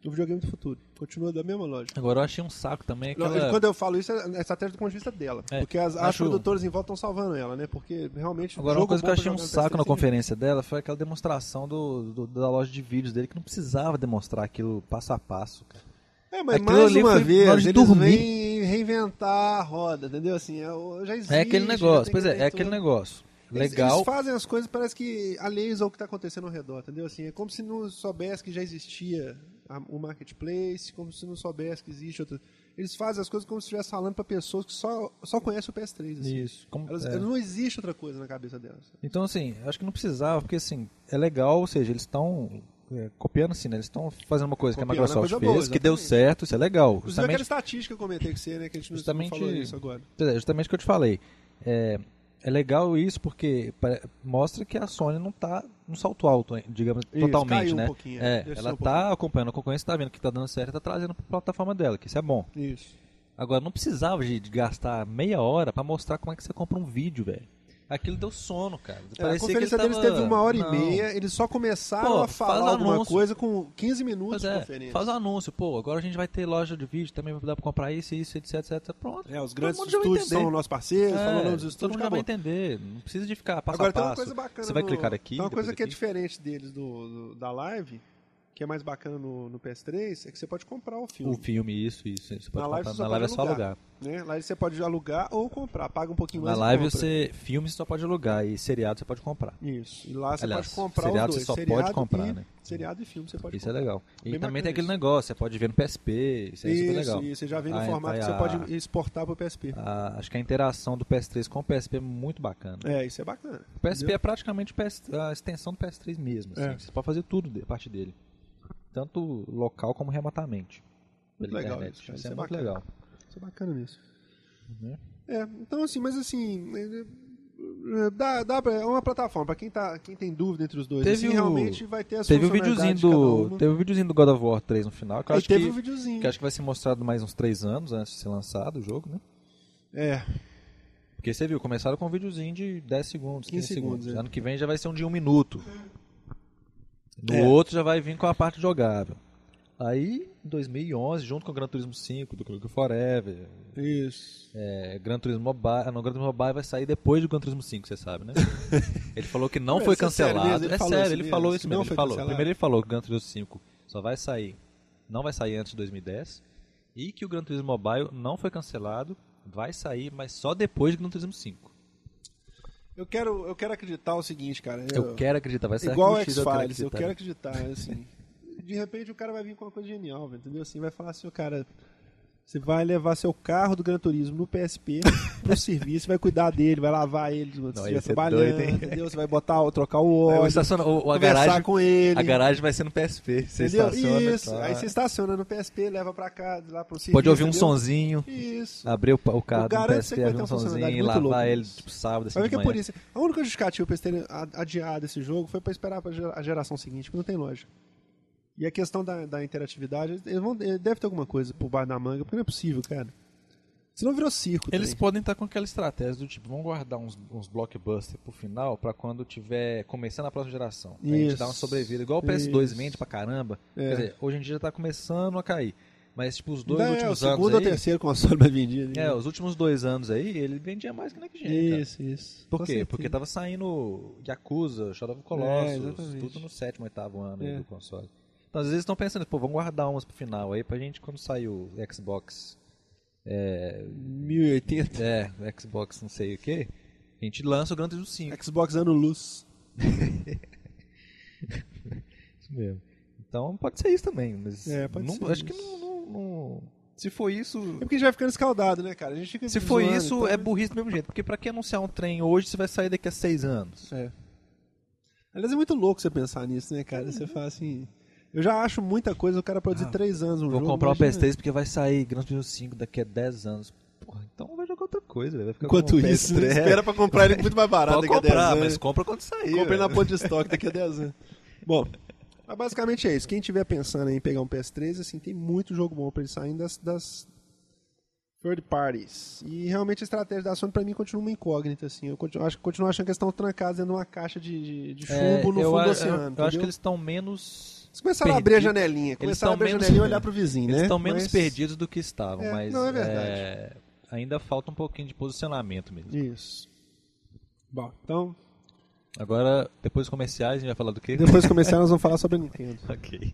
[SPEAKER 1] o videogame do futuro. Continua da mesma lógica.
[SPEAKER 2] Agora eu achei um saco também
[SPEAKER 1] Não,
[SPEAKER 2] aquela.
[SPEAKER 1] Quando eu falo isso, é a estratégia do ponto de vista dela.
[SPEAKER 2] É,
[SPEAKER 1] porque as, as
[SPEAKER 2] acho-
[SPEAKER 1] produtoras em volta estão salvando ela, né? Porque realmente.
[SPEAKER 2] Agora, uma
[SPEAKER 1] jogo
[SPEAKER 2] coisa que
[SPEAKER 1] bom
[SPEAKER 2] eu
[SPEAKER 1] pra
[SPEAKER 2] achei um
[SPEAKER 1] jogar no
[SPEAKER 2] saco na
[SPEAKER 1] PS3 tem
[SPEAKER 2] conferência dela foi aquela demonstração do, do- da loja de vídeos dele, que não precisava demonstrar aquilo passo a passo. cara.
[SPEAKER 1] que- É, mas
[SPEAKER 2] Aquilo
[SPEAKER 1] mais
[SPEAKER 2] ali
[SPEAKER 1] uma
[SPEAKER 2] foi na hora
[SPEAKER 1] vez,
[SPEAKER 2] de
[SPEAKER 1] eles
[SPEAKER 2] dormir.
[SPEAKER 1] vêm reinventar a roda, entendeu? Assim, é, o- já existe.
[SPEAKER 2] É aquele
[SPEAKER 1] já
[SPEAKER 2] negócio,
[SPEAKER 1] tem né?
[SPEAKER 2] pois é,
[SPEAKER 1] aquele
[SPEAKER 2] é aquele
[SPEAKER 1] tudo.
[SPEAKER 2] negócio.
[SPEAKER 1] Eles-
[SPEAKER 2] Legal.
[SPEAKER 1] Eles fazem as coisas, parece que alheios ao que está acontecendo ao redor, entendeu? Assim, é como se não soubesse que já existia a- o marketplace, como se não soubesse que existe outra. Eles fazem as coisas como se estivesse falando para pessoas que só, só conhecem o PS3. Assim.
[SPEAKER 2] Isso. Como-
[SPEAKER 1] Elas,
[SPEAKER 2] é.
[SPEAKER 1] elas- Não existe outra coisa na cabeça delas.
[SPEAKER 2] Então, assim, acho que não precisava, porque, assim, é legal, ou seja, eles estão é, copiando, assim, né? Eles estão fazendo uma é coisa
[SPEAKER 1] Copiando
[SPEAKER 2] que a Microsoft
[SPEAKER 1] uma coisa
[SPEAKER 2] fez,
[SPEAKER 1] boa,
[SPEAKER 2] que deu
[SPEAKER 1] exatamente.
[SPEAKER 2] certo, isso é legal.
[SPEAKER 1] Inclusive aquela
[SPEAKER 2] Justamente,
[SPEAKER 1] estatística que eu comentei com você, né? Que a gente não-
[SPEAKER 2] Justamente-
[SPEAKER 1] não falou isso agora.
[SPEAKER 2] pois é, justamente o que eu te falei. É, é legal isso porque pare- mostra que a Sony não tá num salto alto, hein, digamos,
[SPEAKER 1] Isso,
[SPEAKER 2] totalmente,
[SPEAKER 1] caiu um
[SPEAKER 2] né?
[SPEAKER 1] pouquinho,
[SPEAKER 2] é,
[SPEAKER 1] desceu
[SPEAKER 2] ela
[SPEAKER 1] um
[SPEAKER 2] tá acompanhando a concorrência, tá vendo que tá dando certo, e tá trazendo pra plataforma dela, que isso é bom.
[SPEAKER 1] Isso.
[SPEAKER 2] Agora, não precisava de, de gastar meia hora pra mostrar como é que você compra um vídeo, velho. Aquilo deu sono,
[SPEAKER 1] É,
[SPEAKER 2] cara.
[SPEAKER 1] a
[SPEAKER 2] Parecia que ele
[SPEAKER 1] conferência deles
[SPEAKER 2] tava-
[SPEAKER 1] teve uma hora
[SPEAKER 2] Não.
[SPEAKER 1] e meia, eles só começaram
[SPEAKER 2] Pô,
[SPEAKER 1] a
[SPEAKER 2] faz
[SPEAKER 1] falar alguma
[SPEAKER 2] anúncio.
[SPEAKER 1] coisa com 15 minutos
[SPEAKER 2] Pois
[SPEAKER 1] de
[SPEAKER 2] é,
[SPEAKER 1] conferência.
[SPEAKER 2] faz o anúncio, pô, agora a gente vai ter loja de vídeo, também vai dar pra comprar isso, isso, etc, etc, pronto.
[SPEAKER 1] É, os
[SPEAKER 2] Todo
[SPEAKER 1] grandes
[SPEAKER 2] mundo já vai
[SPEAKER 1] estúdios
[SPEAKER 2] entender.
[SPEAKER 1] são nossos parceiros,
[SPEAKER 2] É,
[SPEAKER 1] falou o nome dos
[SPEAKER 2] todo
[SPEAKER 1] estúdios,
[SPEAKER 2] mundo já vai
[SPEAKER 1] acabou.
[SPEAKER 2] entender, não precisa de ficar passo
[SPEAKER 1] Agora
[SPEAKER 2] a passo.
[SPEAKER 1] tem uma coisa é bacana.
[SPEAKER 2] Você vai
[SPEAKER 1] no-
[SPEAKER 2] clicar aqui,
[SPEAKER 1] Tem uma
[SPEAKER 2] depois
[SPEAKER 1] coisa que é
[SPEAKER 2] aqui.
[SPEAKER 1] diferente deles do, do- da live, que é mais bacana no, no PS3 é que você pode comprar o filme.
[SPEAKER 2] O um filme, isso, isso. Você pode
[SPEAKER 1] na live,
[SPEAKER 2] comprar-
[SPEAKER 1] você só
[SPEAKER 2] na live é
[SPEAKER 1] pode
[SPEAKER 2] só alugar.
[SPEAKER 1] Né? Lá você pode alugar ou comprar, paga um pouquinho
[SPEAKER 2] Na
[SPEAKER 1] mais. e
[SPEAKER 2] live
[SPEAKER 1] compra.
[SPEAKER 2] você. Filme você só pode alugar e seriado você pode comprar.
[SPEAKER 1] Isso. E lá você
[SPEAKER 2] Aliás,
[SPEAKER 1] pode comprar
[SPEAKER 2] seriado
[SPEAKER 1] os
[SPEAKER 2] você
[SPEAKER 1] dois.
[SPEAKER 2] só pode
[SPEAKER 1] seriado
[SPEAKER 2] comprar,
[SPEAKER 1] e,
[SPEAKER 2] né?
[SPEAKER 1] Seriado e filme você pode
[SPEAKER 2] isso é
[SPEAKER 1] comprar.
[SPEAKER 2] legal. E
[SPEAKER 1] Bem
[SPEAKER 2] também
[SPEAKER 1] bacana
[SPEAKER 2] tem aquele
[SPEAKER 1] isso.
[SPEAKER 2] negócio, você pode ver no PSP, isso é super legal.
[SPEAKER 1] isso, você já vem no
[SPEAKER 2] Ah,
[SPEAKER 1] formato
[SPEAKER 2] então
[SPEAKER 1] que
[SPEAKER 2] é
[SPEAKER 1] você
[SPEAKER 2] a- Ah.
[SPEAKER 1] pode exportar pro PSP.
[SPEAKER 2] a- acho que a interação do PS3 com o PSP é muito bacana.
[SPEAKER 1] É, isso é bacana.
[SPEAKER 2] O PSP é praticamente o PS a extensão do PS3 mesmo. assim.
[SPEAKER 1] É.
[SPEAKER 2] Você pode fazer tudo de- a partir dele. Tanto local como remotamente. Pela
[SPEAKER 1] Muito legal
[SPEAKER 2] internet.
[SPEAKER 1] isso, cara,
[SPEAKER 2] isso
[SPEAKER 1] isso
[SPEAKER 2] é
[SPEAKER 1] é
[SPEAKER 2] muito
[SPEAKER 1] bacana.
[SPEAKER 2] legal.
[SPEAKER 1] Isso é bacana mesmo.
[SPEAKER 2] Né?
[SPEAKER 1] É, então assim, mas assim, é, é, dá, dá pra, é uma plataforma, pra quem, tá, quem tem dúvida entre os dois,
[SPEAKER 2] Teve
[SPEAKER 1] assim,
[SPEAKER 2] o-
[SPEAKER 1] realmente vai ter as
[SPEAKER 2] Teve o videozinho
[SPEAKER 1] funcionalidades de cada
[SPEAKER 2] do.
[SPEAKER 1] uma.
[SPEAKER 2] Teve o videozinho do God of War 3 no final, que eu
[SPEAKER 1] Aí
[SPEAKER 2] acho
[SPEAKER 1] teve um o
[SPEAKER 2] que,
[SPEAKER 1] videozinho.
[SPEAKER 2] que acho que vai ser mostrado mais uns 3 anos antes de ser lançado o jogo, né?
[SPEAKER 1] É,
[SPEAKER 2] Porque você viu, começaram com um videozinho de 10 segundos, 15,
[SPEAKER 1] 15
[SPEAKER 2] segundos.
[SPEAKER 1] segundos, é.
[SPEAKER 2] Ano que vem já vai ser um de 1 minuto. No
[SPEAKER 1] É.
[SPEAKER 2] outro já vai vir com a parte jogável. Aí, em 2011, junto com o Gran Turismo 5, do Clube Forever,
[SPEAKER 1] isso.
[SPEAKER 2] é, Gran Turismo Mobile... ah, Não, Gran Turismo Mobile vai sair depois do Gran Turismo 5, você sabe, né? ele falou que não
[SPEAKER 1] Ué,
[SPEAKER 2] foi
[SPEAKER 1] isso é sério
[SPEAKER 2] cancelado.
[SPEAKER 1] mesmo? Ele
[SPEAKER 2] é
[SPEAKER 1] falou
[SPEAKER 2] sério,
[SPEAKER 1] isso
[SPEAKER 2] ele
[SPEAKER 1] mesmo?
[SPEAKER 2] falou
[SPEAKER 1] Que
[SPEAKER 2] isso
[SPEAKER 1] não
[SPEAKER 2] mesmo. Ele
[SPEAKER 1] foi
[SPEAKER 2] falou.
[SPEAKER 1] cancelado?
[SPEAKER 2] Primeiro ele falou que o Gran Turismo 5 só vai sair... Não vai sair antes de 2010. E que o Gran Turismo Mobile não foi cancelado. Vai sair, mas só depois do Gran Turismo 5.
[SPEAKER 1] Eu quero, eu quero acreditar o seguinte, cara.
[SPEAKER 2] Eu quero acreditar, vai ser
[SPEAKER 1] Igual o
[SPEAKER 2] arquivo X, eu quero
[SPEAKER 1] X-Files, eu
[SPEAKER 2] acreditar.
[SPEAKER 1] quero acreditar, assim. De repente o cara vai vir com uma coisa genial, velho, entendeu? Assim, vai falar assim, o cara, você vai levar seu carro do Gran Turismo no PSP pro serviço, vai cuidar dele, vai lavar ele, você
[SPEAKER 3] Não,
[SPEAKER 1] vai
[SPEAKER 3] ia ser
[SPEAKER 1] trabalhando,
[SPEAKER 3] doido, hein?
[SPEAKER 1] entendeu? Você vai botar, o- trocar o
[SPEAKER 2] É, o
[SPEAKER 1] óleo,
[SPEAKER 2] estaciona- o- o- a
[SPEAKER 1] conversar
[SPEAKER 2] garagem,
[SPEAKER 1] com ele.
[SPEAKER 2] a garagem vai ser no PSP. Você
[SPEAKER 1] entendeu?
[SPEAKER 2] estaciona,
[SPEAKER 1] Isso,
[SPEAKER 2] tá.
[SPEAKER 1] aí você estaciona no PSP, leva pra cá, lá pro serviço,
[SPEAKER 2] Pode ouvir um
[SPEAKER 1] entendeu?
[SPEAKER 2] sonzinho,
[SPEAKER 1] Isso.
[SPEAKER 2] abrir o, pa- o carro
[SPEAKER 1] Eu
[SPEAKER 2] do
[SPEAKER 1] garanto que
[SPEAKER 2] PSP,
[SPEAKER 1] vai ter
[SPEAKER 2] abrir um
[SPEAKER 1] uma
[SPEAKER 2] sonzinho
[SPEAKER 1] funcionalidade
[SPEAKER 2] e
[SPEAKER 1] muito
[SPEAKER 2] lavar
[SPEAKER 1] louca
[SPEAKER 2] ele
[SPEAKER 1] nisso.
[SPEAKER 2] tipo, sábado, assim,
[SPEAKER 1] Vai ver
[SPEAKER 2] de
[SPEAKER 1] que é
[SPEAKER 2] manhã.
[SPEAKER 1] por isso. A única justificativa pra eles terem a- adiado esse jogo foi pra esperar pra gera- a geração seguinte, porque não tem lógica. E a questão da, da interatividade, eles vão- eh, deve ter alguma coisa por bar da manga, porque não é possível, cara. Senão virou circo.
[SPEAKER 2] Eles
[SPEAKER 1] também.
[SPEAKER 2] podem estar com aquela estratégia do tipo, vamos guardar uns, uns blockbusters pro final pra quando tiver começando a próxima geração. Aí a gente
[SPEAKER 1] Isso.
[SPEAKER 2] dá uma sobrevida. Igual o PS2
[SPEAKER 1] Isso.
[SPEAKER 2] mente pra caramba.
[SPEAKER 1] É.
[SPEAKER 2] Quer dizer, hoje em dia já tá começando a cair. Mas, tipo, os dois
[SPEAKER 1] Ainda é, o
[SPEAKER 2] últimos anos
[SPEAKER 1] segundo ou
[SPEAKER 2] aí...
[SPEAKER 1] terceiro console vai vendido.
[SPEAKER 2] É, os últimos dois anos aí, ele vendia mais que na Next Gen, cara.
[SPEAKER 1] isso, isso.
[SPEAKER 2] Por
[SPEAKER 1] Com
[SPEAKER 2] quê?
[SPEAKER 1] certeza.
[SPEAKER 2] Porque tava saindo Yakuza, Shadow of the
[SPEAKER 1] É,
[SPEAKER 2] Colossus,
[SPEAKER 1] exatamente.
[SPEAKER 2] tudo no sétimo, oitavo ano aí
[SPEAKER 1] É.
[SPEAKER 2] do console. Então às vezes estão pensando, pô, vamos guardar umas pro final aí pra gente quando sair o Xbox.
[SPEAKER 1] 1080.
[SPEAKER 2] É, o Xbox não sei o que. A gente lança o Gran Turismo 5.
[SPEAKER 1] Xbox ano luz.
[SPEAKER 2] Isso mesmo. Então pode ser isso também, mas.
[SPEAKER 1] É, pode
[SPEAKER 2] não-
[SPEAKER 1] ser
[SPEAKER 2] Acho
[SPEAKER 1] isso.
[SPEAKER 2] que não, não- não- Se for
[SPEAKER 1] É
[SPEAKER 2] isso.
[SPEAKER 1] porque a gente vai ficando escaldado, né, cara? A gente fica
[SPEAKER 2] Se for
[SPEAKER 1] zoando,
[SPEAKER 2] isso,
[SPEAKER 1] então-
[SPEAKER 2] é burrice do mesmo jeito. Porque pra que anunciar um trem hoje se vai sair daqui a seis anos?
[SPEAKER 1] É. Aliás, é muito louco você pensar nisso, né, cara? Você fala assim. Eu já acho muita coisa o cara produzir três anos um
[SPEAKER 2] Ah, Vou
[SPEAKER 1] jogo.
[SPEAKER 2] comprar o
[SPEAKER 1] imagina.
[SPEAKER 2] PS3 porque vai sair Gran Turismo 5 daqui a 10 anos. Porra, então vai jogar outra coisa, velho. vai ficar
[SPEAKER 1] Enquanto
[SPEAKER 2] com um o
[SPEAKER 1] isso,
[SPEAKER 2] PS3.
[SPEAKER 1] espera pra comprar ele muito mais barato
[SPEAKER 2] Pode
[SPEAKER 1] daqui a 10
[SPEAKER 2] comprar,
[SPEAKER 1] anos.
[SPEAKER 2] mas compra quando sair.
[SPEAKER 1] Comprei né? na
[SPEAKER 2] velho.
[SPEAKER 1] ponta de estoque daqui a 10 anos. Bom, mas basicamente é isso. Quem tiver pensando em pegar um PS3, assim, tem muito jogo bom pra ele saindo das, das third parties. E realmente a estratégia da Sony pra mim continua uma incógnita, assim. Eu continuo, acho, continuo achando que eles estão trancados dentro de uma caixa de, de- de chumbo
[SPEAKER 2] É,
[SPEAKER 1] no fundo
[SPEAKER 2] eu,
[SPEAKER 1] do
[SPEAKER 2] a-
[SPEAKER 1] oceano,
[SPEAKER 2] eu- eu
[SPEAKER 1] entendeu?
[SPEAKER 2] acho que eles estão menos.
[SPEAKER 1] Eles começaram a abrir a
[SPEAKER 2] perdidos.
[SPEAKER 1] janelinha.
[SPEAKER 2] estão
[SPEAKER 1] Começaram a abrir a
[SPEAKER 2] menos-
[SPEAKER 1] janelinha e
[SPEAKER 2] é.
[SPEAKER 1] olhar pro vizinho,
[SPEAKER 2] Eles
[SPEAKER 1] né?
[SPEAKER 2] estão menos
[SPEAKER 1] Mas-
[SPEAKER 2] perdidos do que estavam,
[SPEAKER 1] É,
[SPEAKER 2] mas.
[SPEAKER 1] não, é verdade.
[SPEAKER 2] é, ainda falta um pouquinho de posicionamento mesmo.
[SPEAKER 1] Isso. Bom, então,
[SPEAKER 2] Agora, depois dos comerciais, a gente vai falar do quê?
[SPEAKER 1] depois de começar, nós vamos falar sobre a Nintendo.
[SPEAKER 2] ok.